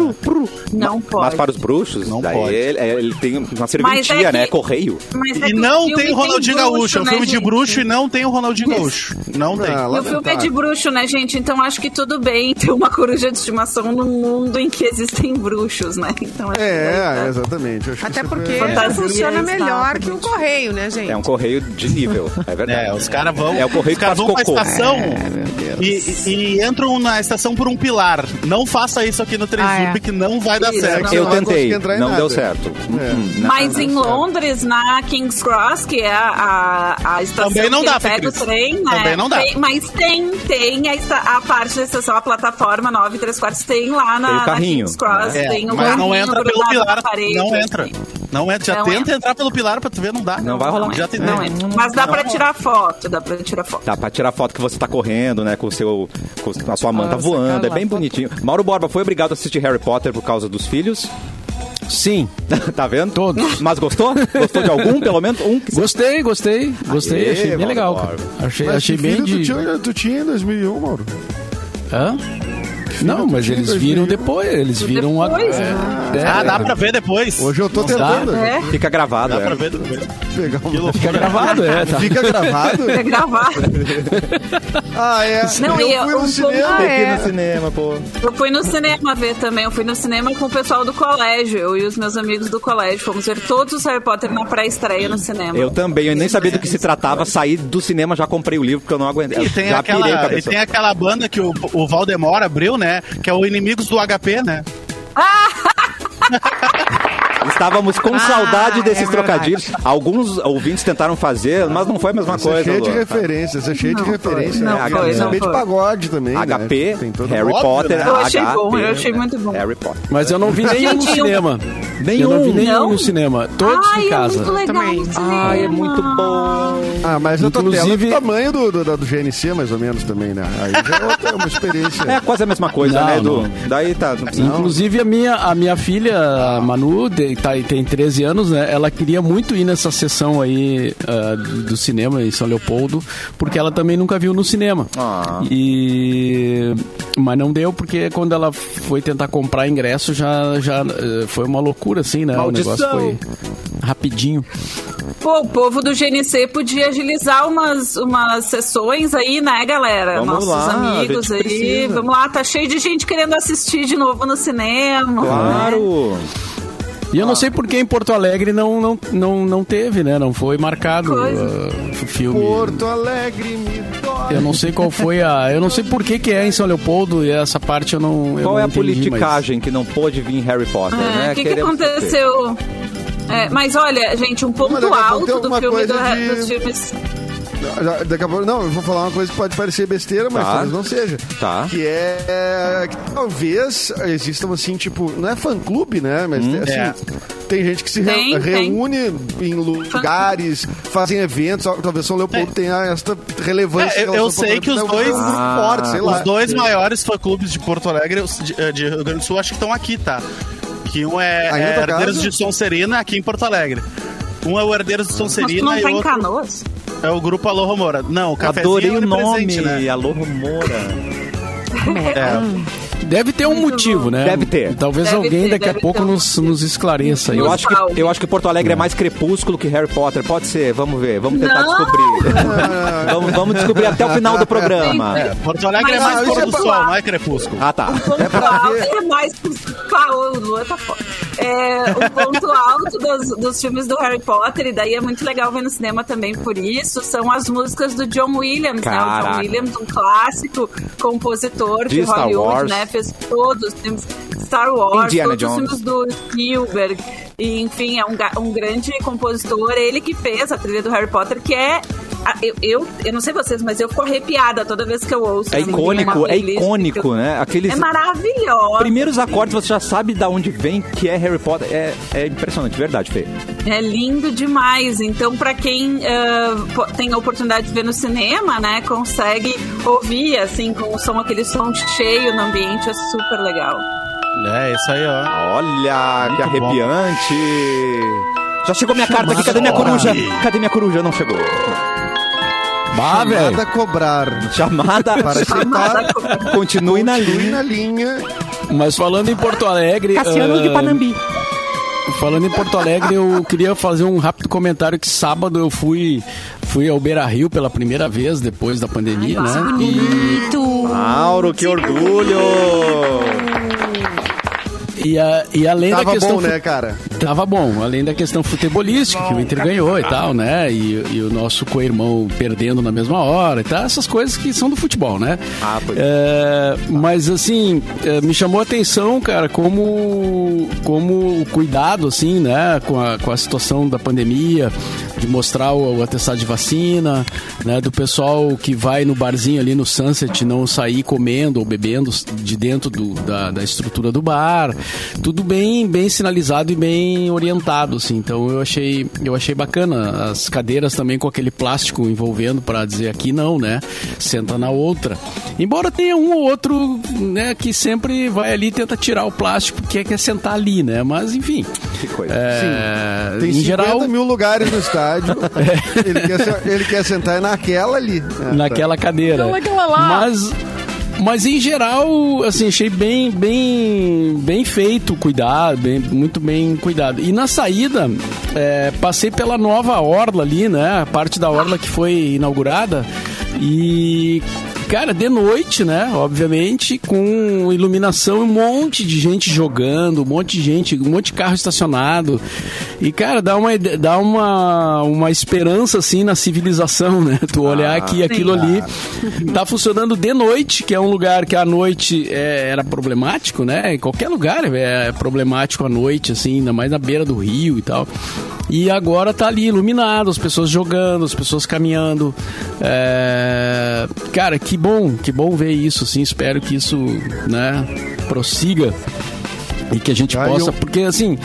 Speaker 4: Não
Speaker 1: Mas
Speaker 4: pode.
Speaker 1: para os bruxos,
Speaker 2: Não
Speaker 1: daí
Speaker 2: pode.
Speaker 1: ele, é, ele tem uma
Speaker 4: é
Speaker 1: serventia,
Speaker 4: que-
Speaker 1: né? Correio.
Speaker 4: Mas é
Speaker 2: E
Speaker 4: que o
Speaker 2: não
Speaker 4: filme
Speaker 2: tem Ronaldinho
Speaker 4: bruxo,
Speaker 2: Gaúcho, é um
Speaker 4: né,
Speaker 2: filme de
Speaker 4: gente?
Speaker 2: bruxo e não tem o Ronaldinho Gaúcho. Não tem.
Speaker 6: Ah,
Speaker 4: E o filme é de bruxo, né, gente? Então acho que tudo bem ter o uma coruja de estimação no mundo em que existem bruxos, né? Então acho que
Speaker 6: É,
Speaker 4: daí tá-
Speaker 6: exatamente. Acho que
Speaker 3: Até
Speaker 6: isso é
Speaker 3: porque
Speaker 6: pra-
Speaker 3: já
Speaker 4: Fantasia
Speaker 3: funciona
Speaker 4: está
Speaker 3: melhor que o
Speaker 4: presente.
Speaker 3: correio, né, gente?
Speaker 1: É um correio de nível, é verdade.
Speaker 2: É, os caras vão.
Speaker 1: É o correio
Speaker 2: os
Speaker 1: que faz
Speaker 2: caras vão pra
Speaker 1: cocô.
Speaker 2: estação
Speaker 4: É,
Speaker 3: meu Deus.
Speaker 2: e, e- e entram na estação por um pilar. Não faça isso aqui no Trezup,
Speaker 3: Ah, é.
Speaker 2: que não vai dar
Speaker 4: Isso,
Speaker 2: certo.
Speaker 1: Eu
Speaker 6: não
Speaker 1: tentei,
Speaker 6: consegui entrar em
Speaker 1: não
Speaker 6: nada.
Speaker 1: deu certo. Hum, não.
Speaker 4: Mas
Speaker 2: é.
Speaker 4: em Londres, na King's Cross, que é a, a, a estação
Speaker 2: Também não
Speaker 4: que
Speaker 2: dá,
Speaker 4: ele pega o
Speaker 2: Fecris.
Speaker 4: trem, né?
Speaker 2: Também não dá.
Speaker 4: Tem- mas tem, tem a, esta- a parte da estação, a plataforma 9 3 quartos, tem lá na,
Speaker 1: Tem o
Speaker 4: na
Speaker 1: carrinho,
Speaker 4: King's Cross.
Speaker 2: É,
Speaker 4: tem um o
Speaker 2: mas não
Speaker 4: carrinho
Speaker 2: entra pelo
Speaker 4: grudado na
Speaker 2: pilar.
Speaker 4: parede,
Speaker 2: Não
Speaker 4: assim.
Speaker 2: entra. Não entra. Já
Speaker 4: Não
Speaker 2: tenta
Speaker 4: entra.
Speaker 2: entrar pelo pilar pra tu ver, não dá.
Speaker 1: Não vai rolar. um
Speaker 4: Não
Speaker 2: Já
Speaker 4: entra,
Speaker 2: tentei.
Speaker 4: não entra. Mas dá pra tirar foto, dá pra tirar foto.
Speaker 1: Dá pra tirar foto que você tá correndo, né? Com, o seu, com a sua manta
Speaker 3: Nossa,
Speaker 1: voando. É
Speaker 3: aquela
Speaker 1: bem
Speaker 3: foto.
Speaker 1: bonitinho. Mauro Borba foi obrigado a assistir Harry Potter por causa dos filhos.
Speaker 5: Sim,
Speaker 1: tá vendo?
Speaker 5: Todos.
Speaker 1: Mas gostou? Gostou de algum? Pelo menos um que
Speaker 5: gostei, gostei, gostei,
Speaker 1: Aê,
Speaker 5: achei bem
Speaker 1: Mauro
Speaker 5: legal, cara.
Speaker 1: Borba.
Speaker 5: Achei,
Speaker 6: Mas
Speaker 5: achei
Speaker 6: que
Speaker 5: bem
Speaker 6: filho
Speaker 5: de...
Speaker 6: tu tinha, tu tinha em 2001, Mauro?
Speaker 5: Hã? Não,
Speaker 6: tu
Speaker 5: mas
Speaker 6: tinha em
Speaker 5: eles viram
Speaker 6: 2001?
Speaker 5: depois, eles viram... a-
Speaker 4: Depois,
Speaker 5: é, é,
Speaker 2: Ah, dá pra ver depois.
Speaker 6: Hoje eu tô
Speaker 5: Não dá.
Speaker 6: tentando
Speaker 4: É,
Speaker 1: fica gravado.
Speaker 2: Dá
Speaker 1: é.
Speaker 2: pra ver depois.
Speaker 6: pegar
Speaker 2: Que
Speaker 6: um...
Speaker 5: Fica
Speaker 2: loucura.
Speaker 5: gravado, é, tá.
Speaker 6: Fica gravado?
Speaker 4: pra gravar.
Speaker 6: Ah, é.
Speaker 4: Não, e
Speaker 6: eu fui
Speaker 4: um
Speaker 6: no
Speaker 4: ponto-
Speaker 6: cinema.
Speaker 3: Ah, é.
Speaker 1: cinema, pô.
Speaker 4: Eu fui no cinema ver também. Eu fui no cinema com o pessoal do colégio. Eu e os meus amigos do colégio. Fomos ver todos os Harry Potter na pré-estreia no cinema.
Speaker 1: Eu também, eu nem sabia do que se tratava. Saí do cinema, já comprei o livro, porque eu não aguentei.
Speaker 2: E tem,
Speaker 1: já pirei a
Speaker 2: aquela, e
Speaker 1: cabeça.
Speaker 2: tem aquela banda que o, o Valdemar abriu, né? Que é o Inimigos do HP, né?
Speaker 1: Estávamos com
Speaker 3: Ah,
Speaker 1: saudade
Speaker 3: é
Speaker 1: desses
Speaker 3: verdade.
Speaker 1: trocadilhos. Alguns ouvintes tentaram fazer, mas não foi a mesma
Speaker 6: Você é
Speaker 1: coisa.
Speaker 6: cheio de
Speaker 1: Lu.
Speaker 6: referência, você é cheio de referência.
Speaker 4: não
Speaker 1: foi,
Speaker 6: né? Tem
Speaker 1: não
Speaker 6: também de
Speaker 4: foi.
Speaker 6: pagode também, né?
Speaker 1: HP,
Speaker 6: Tem todo-
Speaker 1: Harry
Speaker 2: Óbvio,
Speaker 1: Potter,
Speaker 2: né?
Speaker 4: Eu achei
Speaker 1: HP,
Speaker 4: bom, eu achei muito bom.
Speaker 1: Harry Potter.
Speaker 5: Mas eu não vi nenhum no
Speaker 4: Gente, eu-
Speaker 5: cinema. Eu não vi
Speaker 1: Nenhum.
Speaker 5: nenhum
Speaker 4: Não?
Speaker 5: no cinema. Todos
Speaker 4: Ai,
Speaker 5: em
Speaker 4: é
Speaker 5: casa.
Speaker 4: muito legal.
Speaker 3: Também.
Speaker 4: no cinema.
Speaker 1: Ai, é muito bom.
Speaker 6: Ah, mas a tua tela é do
Speaker 5: Inclusive-
Speaker 6: tamanho do, do, da do GNC, mais ou menos, também, né? Aí já é outra- é uma experiência.
Speaker 1: É quase a mesma coisa,
Speaker 5: Não,
Speaker 1: né, Edu? Daí tá. não precisa-
Speaker 5: Inclusive, a minha, a minha filha, a Manu, de- tá- tem 13 anos, né? Ela queria muito ir nessa sessão aí ah, do cinema em São Leopoldo, porque ela também nunca viu no cinema.
Speaker 1: Ah.
Speaker 5: E... Mas não deu, porque quando ela foi tentar comprar ingresso, já, já eh, foi uma loucura, assim, né? O
Speaker 1: Maldição.
Speaker 5: negócio foi rapidinho.
Speaker 4: Pô, o povo do GNC podia agilizar umas, umas sessões aí, né, galera?
Speaker 1: Vamos
Speaker 4: Nossos
Speaker 1: lá, a
Speaker 4: amigos
Speaker 1: gente
Speaker 4: aí.
Speaker 1: precisa.
Speaker 4: Vamos lá, tá cheio de gente querendo assistir de novo no cinema. né?
Speaker 1: Claro.
Speaker 5: E
Speaker 1: Ah.
Speaker 5: eu não sei por que em Porto Alegre não, não, não, não teve, né? Não foi marcado
Speaker 4: Coisa.
Speaker 5: ah, o filme.
Speaker 6: Porto Alegre me dói.
Speaker 5: Eu não sei qual foi a. Eu não sei por que, que é em São Leopoldo e essa parte eu não. eu
Speaker 1: Qual
Speaker 5: não
Speaker 1: é a
Speaker 5: entendi,
Speaker 1: politicagem que não pôde vir em Harry Potter,
Speaker 4: É,
Speaker 1: né?
Speaker 4: O que, que
Speaker 1: Queremos saber.
Speaker 4: aconteceu? É, mas olha, gente, um ponto
Speaker 6: Mas daqui a pouco tem
Speaker 4: alto do
Speaker 6: alguma
Speaker 4: filme
Speaker 6: coisa
Speaker 4: do,
Speaker 6: de-
Speaker 4: dos filmes.
Speaker 6: Da- Daqui a pouco, não, eu vou falar uma coisa que pode parecer besteira, mas
Speaker 1: Tá.
Speaker 6: talvez não seja.
Speaker 1: Tá.
Speaker 6: Que é que talvez existam assim, tipo, não é fã clube, né? Mas tem, assim,
Speaker 2: É.
Speaker 6: tem gente que se re-
Speaker 4: Tem, tem.
Speaker 6: reúne em lugares, fazem eventos, talvez São Leopoldo tenha esta relevância.
Speaker 2: É, eu,
Speaker 6: em relação
Speaker 2: eu
Speaker 6: ao
Speaker 2: sei
Speaker 6: Porto
Speaker 2: que os
Speaker 6: Alegre,
Speaker 2: dois,
Speaker 6: é um grupo
Speaker 1: Ah,
Speaker 6: forte, sei lá.
Speaker 2: os dois maiores fã-clubes de Porto Alegre, os de, eh, de Rio Grande do Sul, acho que estão aqui, tá? Que um é,
Speaker 6: Ainda
Speaker 2: é
Speaker 6: tá
Speaker 2: Herdeiros
Speaker 6: caso?
Speaker 2: de Sonserina, aqui em Porto Alegre. Um é o Herdeiros de
Speaker 4: Mas tu não
Speaker 2: Sonserina e
Speaker 4: tá em
Speaker 2: outro
Speaker 4: canoas?
Speaker 2: é o Grupo Alô Romora. Não, o cafezinho
Speaker 1: Adorei
Speaker 2: é
Speaker 1: o nome,
Speaker 2: onipresente, né?
Speaker 1: Alô Moura.
Speaker 5: mas Deve ter um motivo, né?
Speaker 1: Deve ter.
Speaker 5: Talvez
Speaker 4: Deve
Speaker 5: alguém
Speaker 4: ter,
Speaker 5: daqui a
Speaker 4: deve
Speaker 5: pouco
Speaker 4: ter um
Speaker 5: nos, nos esclareça.
Speaker 1: Eu
Speaker 5: isso.
Speaker 1: acho, que, eu acho que Porto Alegre é mais crepúsculo que Harry Potter. Pode ser, vamos ver, vamos tentar
Speaker 4: Não!
Speaker 1: descobrir. vamos, vamos descobrir até o final do programa.
Speaker 4: Gente.
Speaker 2: Porto Alegre
Speaker 4: Mas
Speaker 2: é mais
Speaker 4: isso
Speaker 2: Pôr
Speaker 4: é
Speaker 2: do
Speaker 4: pra
Speaker 2: Sol,
Speaker 4: lá.
Speaker 2: não é Crepúsculo.
Speaker 1: Ah, tá.
Speaker 4: O um ponto alto é mais Paulo, tá foda. É, o ponto alto dos, dos filmes do Harry Potter, e daí é muito legal ver no cinema também por isso, são as músicas do John Williams, né? O
Speaker 1: Caraca.
Speaker 4: John Williams, um clássico compositor
Speaker 1: De
Speaker 4: de
Speaker 1: Star
Speaker 4: Hollywood,
Speaker 1: Wars.
Speaker 4: né? Fez todos os filmes Star Wars,
Speaker 1: Indiana
Speaker 4: todos
Speaker 1: Jones.
Speaker 4: os filmes do Spielberg. E, enfim, é um, ga- um grande compositor, ele que fez a trilha do Harry Potter, que é. a- Eu, eu, eu não sei vocês, mas eu fico arrepiada toda vez que eu ouço.
Speaker 1: É
Speaker 4: assim, uma
Speaker 1: icônico, é
Speaker 4: playlist que eu-
Speaker 1: icônico, né? Aqueles
Speaker 4: é maravilhosa.
Speaker 1: primeiros acordes você já sabe de onde vem que é Harry Potter. É, é impressionante, verdade, Fê.
Speaker 4: É lindo demais. Então, pra quem ah, po- tem a oportunidade de ver no cinema, né, consegue ouvir, assim, com o som, aquele som cheio no ambiente, é super legal.
Speaker 2: É, isso aí, ó.
Speaker 1: Olha, que
Speaker 2: Muito bom.
Speaker 1: arrepiante. Já chegou minha carta aqui, cadê minha coruja? Cadê minha coruja? Não chegou.
Speaker 2: Ah,
Speaker 5: Bah, velho.
Speaker 6: Nada cobrar. né?
Speaker 1: Chamada.
Speaker 6: Para aceitar,
Speaker 1: Continue na
Speaker 6: continue
Speaker 1: linha.
Speaker 6: na tá linha.
Speaker 5: Mas falando em Porto Alegre. ah,
Speaker 1: Cassiano de Panambi.
Speaker 5: Falando em Porto Alegre, eu queria fazer um rápido comentário que sábado eu fui, fui ao Beira Rio pela primeira vez depois da pandemia, né? E-
Speaker 7: Bonito.
Speaker 1: Mauro, que orgulho!
Speaker 5: E, a- e além da
Speaker 6: Tava
Speaker 5: questão
Speaker 6: bom, né, cara?
Speaker 5: Tava bom, além da questão futebolística, que o Inter ganhou e tal, né? E, e o nosso co-irmão perdendo na mesma hora e tal, essas coisas que são do futebol, né?
Speaker 1: Ah, pois
Speaker 5: É, mas assim, é, me chamou a atenção, cara, como, como o cuidado, assim, né, com a, com a situação da pandemia, de mostrar o, o atestado de vacina, né, do pessoal que vai no barzinho ali no Sunset não sair comendo ou bebendo de dentro do, da, da estrutura do bar. Tudo bem, bem sinalizado e bem orientado, assim. Então eu achei, eu achei bacana. As cadeiras também com aquele plástico envolvendo para dizer aqui não, né? Senta na outra. Embora tenha um ou outro, né, que sempre vai ali e tenta tirar o plástico, porque quer sentar ali, né? Mas enfim.
Speaker 1: Que coisa.
Speaker 5: É,
Speaker 6: Tem
Speaker 5: em
Speaker 6: 50
Speaker 5: geral,
Speaker 6: mil lugares no estádio.
Speaker 1: É.
Speaker 6: ele, quer, se- ele quer sentar naquela ali. É, tá.
Speaker 5: naquela cadeira.
Speaker 7: naquela lá.
Speaker 5: Mas, mas em geral, assim, achei bem, bem, bem feito o cuidado, bem, muito bem cuidado. E na saída, é, passei pela nova orla ali, né? A parte da orla que foi inaugurada e Cara, de noite, né? Obviamente, com iluminação, um monte de gente jogando, um monte de gente, um monte de carro estacionado. E, cara, dá uma, ide- dá uma, uma esperança, assim, na civilização, né? Tu olhar que aquilo ali tá funcionando de noite, que é um lugar que à noite é, era problemático, né? Em qualquer lugar é, é problemático à noite, assim, ainda mais na beira do rio e tal. E agora tá ali iluminado, as pessoas jogando, as pessoas caminhando. É, Cara, que bom, que bom ver isso, sim. Espero que isso, né, prossiga. E que a gente
Speaker 6: Ah,
Speaker 5: possa,
Speaker 6: eu-
Speaker 5: porque assim,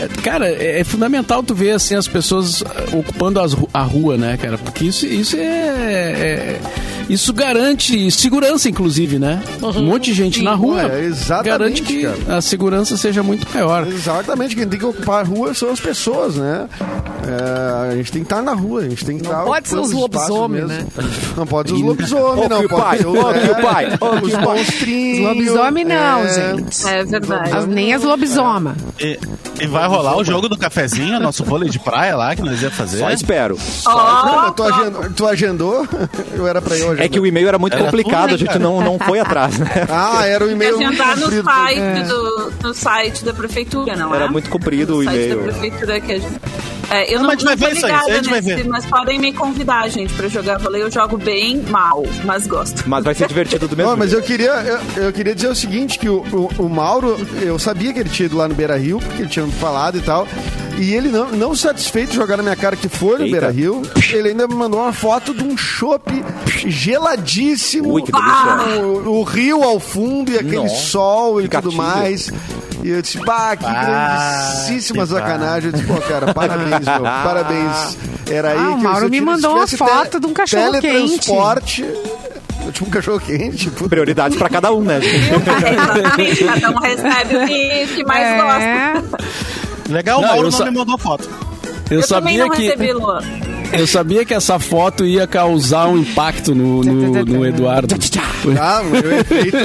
Speaker 5: é, cara, é, é fundamental tu ver assim, as pessoas ah, ocupando as ru- a rua, né, cara? Porque isso, isso é, é- Isso garante segurança, inclusive, né?
Speaker 4: Uhum.
Speaker 5: Um monte de gente na rua
Speaker 6: Ué, exatamente,
Speaker 5: garante que
Speaker 6: cara.
Speaker 5: a segurança seja muito maior.
Speaker 6: Exatamente, quem tem que ocupar a rua são as pessoas, né? É, a gente tem que estar na rua, a gente tem que estar.
Speaker 7: pode ser os
Speaker 6: ocupando espaço
Speaker 7: lobisomem,
Speaker 6: mesmo.
Speaker 7: né?
Speaker 6: Não pode ser os lobisomem,
Speaker 1: Ô,
Speaker 6: não.
Speaker 1: que o
Speaker 6: pode
Speaker 1: pai,
Speaker 6: ser
Speaker 1: ô, que o pai, ô, que
Speaker 6: os
Speaker 1: o pai.
Speaker 6: monstrinhos.
Speaker 3: Lobisomem não,
Speaker 6: é,
Speaker 3: gente.
Speaker 4: É verdade.
Speaker 3: As- nem as lobisoma.
Speaker 2: E, e vai rolar o jogo do cafezinho, nosso vôlei de praia lá que nós ia fazer.
Speaker 1: É. Só espero.
Speaker 6: Cara,
Speaker 4: Ó,
Speaker 6: tu, agen- tu agendou? Eu era pra eu agendar.
Speaker 1: É que o e-mail era muito complicado, a gente não, não foi atrás, né?
Speaker 6: Ah, era o
Speaker 4: tem que
Speaker 6: e-mail muito
Speaker 4: agendar no
Speaker 6: comprido.
Speaker 4: site,
Speaker 2: É.
Speaker 4: do, no site da prefeitura, não
Speaker 1: Era
Speaker 4: é?
Speaker 1: muito comprido o
Speaker 4: No site da
Speaker 1: e-mail.
Speaker 4: prefeitura que a gente... É, eu
Speaker 2: Não,
Speaker 4: não,
Speaker 2: mas a gente vai
Speaker 4: não tô
Speaker 2: ver isso aí,
Speaker 4: ligada
Speaker 2: a gente vai
Speaker 4: nesse,
Speaker 2: ver.
Speaker 4: mas podem me convidar, gente, pra jogar vôlei. Eu jogo bem mal, mas gosto.
Speaker 1: Mas vai ser divertido do mesmo.
Speaker 6: Não, Ah, mas
Speaker 1: jeito.
Speaker 6: eu queria, eu, eu queria dizer o seguinte, que o, o- o Mauro, eu sabia que ele tinha ido lá no Beira Rio, porque ele tinha me falado e tal. E ele não, não satisfeito de jogar na minha cara que foi no
Speaker 1: Eita.
Speaker 6: Beira Rio, ele ainda me mandou uma foto de um chopp geladíssimo.
Speaker 1: Ui, que delícia.
Speaker 6: o, o rio ao fundo e aquele
Speaker 1: Nossa,
Speaker 6: sol e
Speaker 1: que gatilho.
Speaker 6: tudo mais. E eu disse, pá, que
Speaker 2: Ah,
Speaker 6: grandíssima
Speaker 2: que pá.
Speaker 6: sacanagem. Eu disse, pô, cara, parabéns, meu, parabéns. Era aí
Speaker 3: Ah, o
Speaker 6: que
Speaker 3: Mauro
Speaker 6: se eu
Speaker 3: me
Speaker 6: tivesse-
Speaker 3: mandou uma
Speaker 6: tivesse
Speaker 3: foto
Speaker 6: tele-
Speaker 3: de um cachorro quente.
Speaker 6: teletransporte, eu tinha um cachorro quente. puta.
Speaker 1: Prioridades pra cada um, né? gente?
Speaker 4: Exatamente, cada um recebe o que, que mais gosta.
Speaker 3: é,
Speaker 2: Legal, o
Speaker 5: Não,
Speaker 2: Mauro
Speaker 5: eu
Speaker 2: não
Speaker 5: só-
Speaker 2: me mandou foto.
Speaker 5: Eu,
Speaker 4: Eu, também
Speaker 5: sabia
Speaker 4: não
Speaker 5: que
Speaker 4: recebi, Luan.
Speaker 5: eu sabia que essa foto ia causar um impacto no, no, no Eduardo.
Speaker 6: Ah, meu efeito.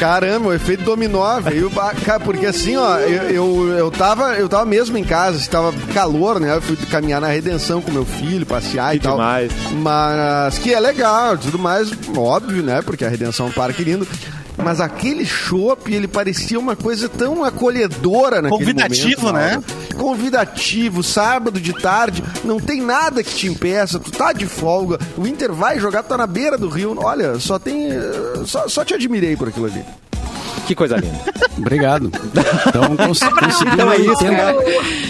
Speaker 6: Caramba, o efeito dominó, veio. ba- Cara, Porque assim, ó, eu, eu, eu tava, eu tava mesmo em casa, estava calor, né? Eu fui caminhar na redenção com meu filho, passear e
Speaker 1: Que
Speaker 6: tal.
Speaker 1: demais.
Speaker 6: Mas que é legal, tudo mais, óbvio, né? Porque a redenção é um parque lindo. Mas aquele chopp, ele parecia uma coisa tão acolhedora né, naquele
Speaker 2: Convidativo,
Speaker 6: momento,
Speaker 2: né?
Speaker 6: Mauro convidativo, sábado de tarde, não tem nada que te impeça, tu tá de folga, o Inter vai jogar, tu tá na beira do rio, olha, só tem, eh, só, só te admirei por aquilo ali.
Speaker 1: Que coisa linda.
Speaker 5: Obrigado. Então cons conseguimos
Speaker 1: Então é isso,
Speaker 5: entender.
Speaker 1: né?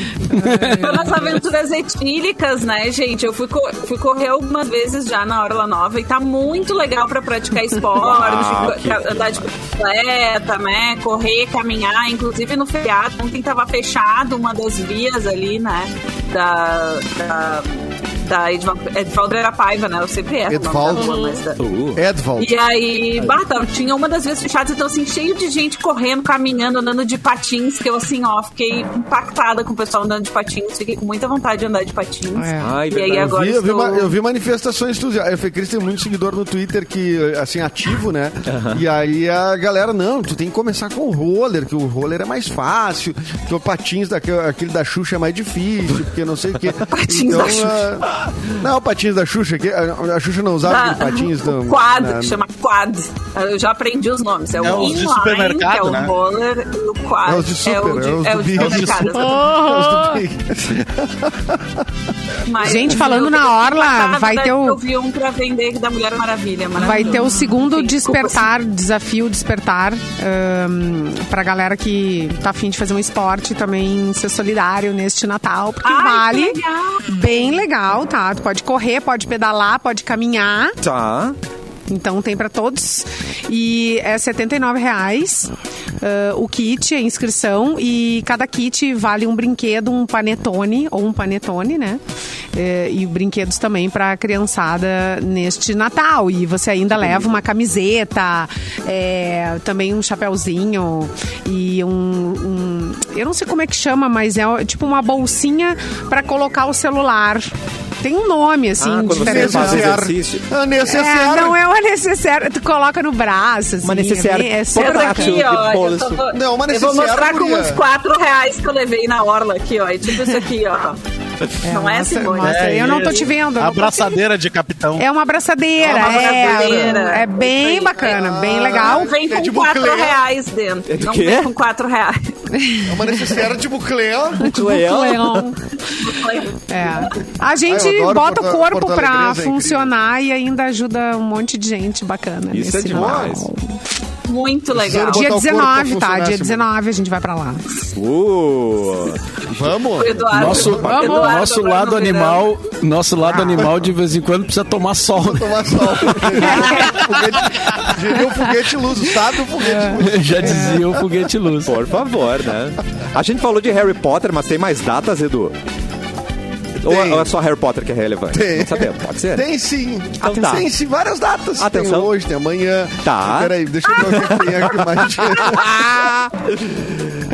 Speaker 4: Foi nas aventuras etílicas, né, gente? Eu fui, co- fui correr algumas vezes já na Orla Nova e tá muito legal pra praticar
Speaker 1: Uau,
Speaker 4: esporte,
Speaker 1: que
Speaker 4: ca-
Speaker 1: legal.
Speaker 4: andar de bicicleta, né? Correr, caminhar. Inclusive no feriado, ontem tava fechado uma das vias ali, né? Da. da da Edvaldo, Edvaldo era paiva, né? Eu sempre erro. o nome da
Speaker 6: Edvaldo.
Speaker 4: rua, mas da-
Speaker 1: Uh,
Speaker 6: Edvald.
Speaker 4: E é aí, bah, tá, tinha uma das vezes fechadas, então assim, cheio de gente correndo, caminhando, andando de patins, que eu assim, ó, fiquei impactada com o pessoal andando de patins, fiquei com muita vontade de andar de patins.
Speaker 3: É.
Speaker 1: Ai,
Speaker 4: e aí
Speaker 1: verdade.
Speaker 6: Eu
Speaker 4: agora
Speaker 6: vi, eu, vi,
Speaker 4: estou...
Speaker 6: ma- eu vi manifestações tudo. A Fecris tem muito seguidor no Twitter que, assim, ativo, né? E aí a galera, não, tu tem que começar com o roller, que o roller é mais fácil, que o patins daquele aquele da Xuxa é mais difícil, porque não sei o quê.
Speaker 4: Patins da Xuxa.
Speaker 6: ah, Não, o patins da Xuxa, que a, a Xuxa não usava
Speaker 4: da-
Speaker 6: aquele patins.
Speaker 4: o
Speaker 6: não,
Speaker 4: quad,
Speaker 6: na-
Speaker 4: que chama quad. Eu já aprendi os nomes. É o
Speaker 2: É os de
Speaker 4: inline,
Speaker 2: supermercado,
Speaker 4: que é o
Speaker 2: né?
Speaker 4: roller, e o quad.
Speaker 6: É os de super,
Speaker 4: o de,
Speaker 6: é os
Speaker 4: é
Speaker 6: do
Speaker 4: o de
Speaker 6: Big.
Speaker 4: supermercado. Mas
Speaker 3: Gente,
Speaker 4: eu vi
Speaker 3: falando
Speaker 4: um
Speaker 3: na
Speaker 4: que eu
Speaker 3: orla,
Speaker 4: passava,
Speaker 3: vai
Speaker 4: daí
Speaker 3: ter o-
Speaker 4: Eu vi um pra vender da Mulher Maravilha.
Speaker 3: Vai
Speaker 4: maravilhoso.
Speaker 3: ter o segundo
Speaker 4: Enfim, desculpa,
Speaker 3: despertar, desafio despertar, hum, pra galera que tá afim de fazer um esporte também ser solidário neste Natal, porque
Speaker 4: Ai, que
Speaker 3: vale.
Speaker 4: legal.
Speaker 3: Bem legal, tá? Tu pode correr, pode pedalar, pode caminhar.
Speaker 1: Tá.
Speaker 3: Então tem pra todos. E é R$ 79 reais ah, o kit, a inscrição. E cada kit vale um brinquedo, um panetone ou um panetone, né? Eh, e brinquedos também pra criançada neste Natal. E você ainda leva uma camiseta, eh, também um chapéuzinho e um, um- Eu não sei como é que chama, mas é tipo uma bolsinha pra colocar o celular. Tem um nome, assim,
Speaker 1: Ah, quando você
Speaker 3: diferente.
Speaker 1: faz
Speaker 3: né?
Speaker 1: exercício.
Speaker 6: Ah,
Speaker 3: É,
Speaker 6: necessário.
Speaker 3: não é uma necessária. Tu coloca no braço, assim.
Speaker 1: Uma necessaire
Speaker 3: É, bem- é
Speaker 4: Essa
Speaker 1: portátil.
Speaker 3: portátil.
Speaker 4: aqui,
Speaker 1: Portátil
Speaker 4: ó.
Speaker 1: de
Speaker 4: eu,
Speaker 1: bolso.
Speaker 4: tô-
Speaker 6: Não, mas é-
Speaker 4: eu vou
Speaker 6: necessário,
Speaker 4: mostrar com
Speaker 6: guria.
Speaker 4: uns 4 reais que eu levei na orla aqui, ó. É tipo isso aqui, ó. não é,
Speaker 3: mostra,
Speaker 4: Simone?
Speaker 3: mostra.
Speaker 2: É
Speaker 3: eu não tô
Speaker 2: isso.
Speaker 3: te vendo. eu não tô
Speaker 2: Abraçadeira de capitão.
Speaker 3: te- É uma abraçadeira.
Speaker 4: É uma abraçadeira.
Speaker 3: É, é bem
Speaker 4: Isso aí.
Speaker 3: bacana, bem
Speaker 4: Não
Speaker 3: legal.
Speaker 4: Ah, vem
Speaker 6: É de
Speaker 4: com 4
Speaker 6: bucleia.
Speaker 4: reais dentro.
Speaker 1: É de
Speaker 4: não
Speaker 1: quê?
Speaker 4: vem com 4 reais.
Speaker 6: É uma necessária de buclé.
Speaker 1: Leão.
Speaker 3: Leão. É. A gente
Speaker 6: Ah, eu adoro
Speaker 3: bota o
Speaker 6: Porto-
Speaker 3: corpo
Speaker 6: Porto
Speaker 3: pra
Speaker 6: Alegreza, é incrível.
Speaker 3: funcionar e ainda ajuda um monte de gente bacana.
Speaker 1: Isso é
Speaker 3: nesse
Speaker 1: demais.
Speaker 3: Natal.
Speaker 4: Muito legal.
Speaker 6: Zero
Speaker 3: Dia
Speaker 6: Botar o corpo pra
Speaker 3: 19, tá?
Speaker 6: funcionar,
Speaker 3: Dia
Speaker 6: Simone.
Speaker 3: 19 a gente vai pra lá.
Speaker 1: Uh.
Speaker 6: Vamos.
Speaker 4: O Eduardo,
Speaker 5: Nosso,
Speaker 4: Eduardo
Speaker 5: nosso
Speaker 4: agora
Speaker 5: lado
Speaker 4: no verão.
Speaker 5: animal, nosso lado animal de vez em quando precisa tomar sol. né?
Speaker 6: Tomar sol. Foguete- Girei um foguete luso, sabe o foguete luso?
Speaker 5: Já dizia o foguete luz.
Speaker 1: Por favor, né? A gente falou de Harry Potter, mas tem mais datas, Edu? Ou é,
Speaker 6: Tem.
Speaker 1: ou é só Harry Potter que é relevante?
Speaker 6: Tem.
Speaker 1: Não sabemos, pode ser?
Speaker 6: Tem sim.
Speaker 1: Então tá.
Speaker 6: Tem sim várias datas.
Speaker 1: Atenção.
Speaker 6: Tem hoje, tem amanhã. Então,
Speaker 1: Tá.
Speaker 6: Peraí, deixa eu ver o que tem aqui mais.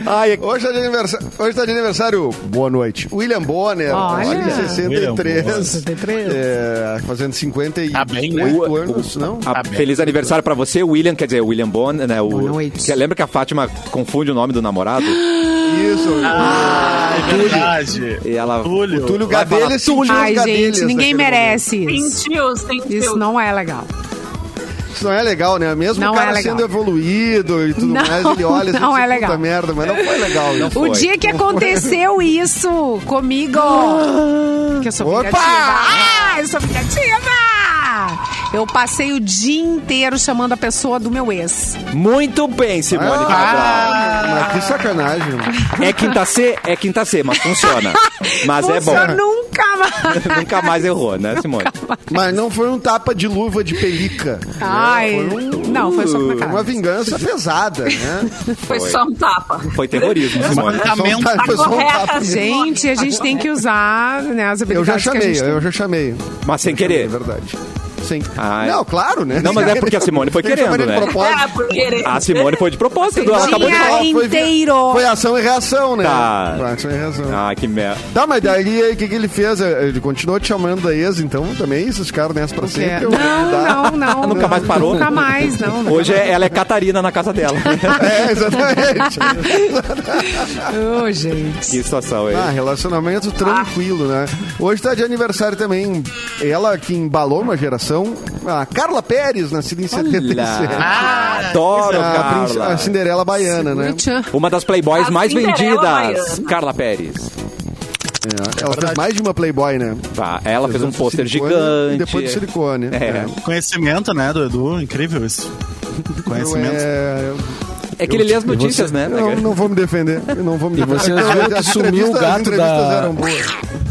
Speaker 1: Ai, é-
Speaker 6: Hoje tá de aniversário. Hoje tá de aniversário. Boa noite. William Bonner.
Speaker 3: Olha.
Speaker 6: tá de 63.
Speaker 2: William
Speaker 3: 63.
Speaker 6: É, fazendo 58
Speaker 2: Tá bem, né?
Speaker 6: anos, não?
Speaker 1: a-
Speaker 2: Tá bem.
Speaker 1: feliz aniversário pra você, William, quer dizer, William Bonner, né? O,
Speaker 3: Boa noite.
Speaker 1: Que- lembra que a Fátima confunde o nome do namorado?
Speaker 6: Isso.
Speaker 2: É verdade.
Speaker 1: E ela.
Speaker 2: Túlio.
Speaker 6: Túlio
Speaker 1: Vai falar
Speaker 6: Gadelha sentiu os
Speaker 3: Ai,
Speaker 6: gadelhos
Speaker 3: gente, ninguém
Speaker 6: naquele
Speaker 3: merece
Speaker 4: Tem
Speaker 3: isso.
Speaker 4: tios, tem tios.
Speaker 3: Isso não é legal.
Speaker 6: Isso não é legal, né? Mesmo
Speaker 3: Não
Speaker 6: o
Speaker 3: é
Speaker 6: cara
Speaker 3: legal.
Speaker 6: sendo evoluído e tudo
Speaker 3: Não,
Speaker 6: mais, ele olha assim,
Speaker 3: não é
Speaker 6: "Puta
Speaker 3: legal."
Speaker 6: merda, mas não foi legal. Não
Speaker 1: Foi.
Speaker 3: O dia que aconteceu isso comigo, que eu sou
Speaker 6: Opa!
Speaker 3: vingativa. Ah, eu sou vingativa! Eu passei o dia inteiro chamando a pessoa do meu ex.
Speaker 1: Muito bem, Simone
Speaker 6: Ah.
Speaker 1: Cabral.
Speaker 6: Mas que sacanagem.
Speaker 1: É quinta C? É quinta C, mas funciona. Mas
Speaker 3: Funciona
Speaker 1: é
Speaker 3: nunca mais.
Speaker 1: bom. Nunca mais errou, né, Simone?
Speaker 6: Mas não foi um tapa de luva de pelica.
Speaker 3: Ai, não, foi só um com a
Speaker 6: Foi um- uma
Speaker 3: cara.
Speaker 6: vingança pesada, né?
Speaker 4: Foi só um tapa.
Speaker 1: Foi terrorismo, Simone.
Speaker 2: Tratamento.
Speaker 6: Só um tapa-
Speaker 4: Tá
Speaker 6: foi só um
Speaker 4: correta,
Speaker 6: tapa.
Speaker 3: Gente, a gente tem que usar né, as
Speaker 6: Eu já
Speaker 3: habilidades que a
Speaker 6: chamei,
Speaker 3: gente tem.
Speaker 6: eu já chamei.
Speaker 1: Mas sem
Speaker 6: É
Speaker 1: querer.
Speaker 6: verdade. Sim.
Speaker 1: Ai.
Speaker 6: Não, claro, né?
Speaker 1: Não, mas é porque a Simone foi
Speaker 6: Tem que chamar
Speaker 1: querendo,
Speaker 6: ele de
Speaker 1: né?
Speaker 6: propósito.
Speaker 4: É, por querer.
Speaker 1: A Simone foi de propósito, Edu. Ela
Speaker 3: Sim.
Speaker 1: acabou de falar.
Speaker 3: Dia
Speaker 6: Foi-
Speaker 3: É, inteiro.
Speaker 6: Foi ação e reação, né?
Speaker 1: Tá.
Speaker 6: Foi ação e reação.
Speaker 1: Ah, que merda.
Speaker 6: Tá, mas daí aí, o que, que ele fez? É, Ele continuou te chamando da ex, então também? Vocês ficaram nessa pra sempre? é um Eu-
Speaker 3: Não, não, não.
Speaker 1: Nunca mais parou?
Speaker 3: Nunca mais, não. nunca
Speaker 1: Hoje é- ela é Catarina na casa dela.
Speaker 6: É, exatamente.
Speaker 3: mais. Ô, gente.
Speaker 1: que situação, hein?
Speaker 6: Ah, relacionamento tranquilo, né? Hoje tá de aniversário também ela que embalou uma geração, a Carla Pérez, nascida em 77.
Speaker 1: Adoro,
Speaker 6: a, princ-
Speaker 1: Ah, Carla.
Speaker 6: a Cinderela Baiana, né?
Speaker 3: Tchan.
Speaker 1: Uma das Playboys
Speaker 4: A
Speaker 1: mais
Speaker 4: Cinderela
Speaker 1: vendidas,
Speaker 4: baiana.
Speaker 1: Carla Pérez.
Speaker 6: É, ela fez mais de uma Playboy, né?
Speaker 1: Tá, ela fez um
Speaker 6: Antes de
Speaker 1: pôster
Speaker 6: silicone
Speaker 1: gigante.
Speaker 6: E depois de silicone.
Speaker 1: É.
Speaker 2: Conhecimento, né, do Edu? Incrível isso.
Speaker 6: Eu,
Speaker 2: Conhecimento.
Speaker 6: é,
Speaker 1: É que ele lê as notícias, né?
Speaker 6: eu não, não vou me defender. Eu não vou me
Speaker 5: E
Speaker 6: defender.
Speaker 5: vocês viram que
Speaker 6: As
Speaker 5: sumiu o
Speaker 6: entrevistas-
Speaker 5: gato
Speaker 6: as entrevistas
Speaker 5: da-
Speaker 6: eram boas.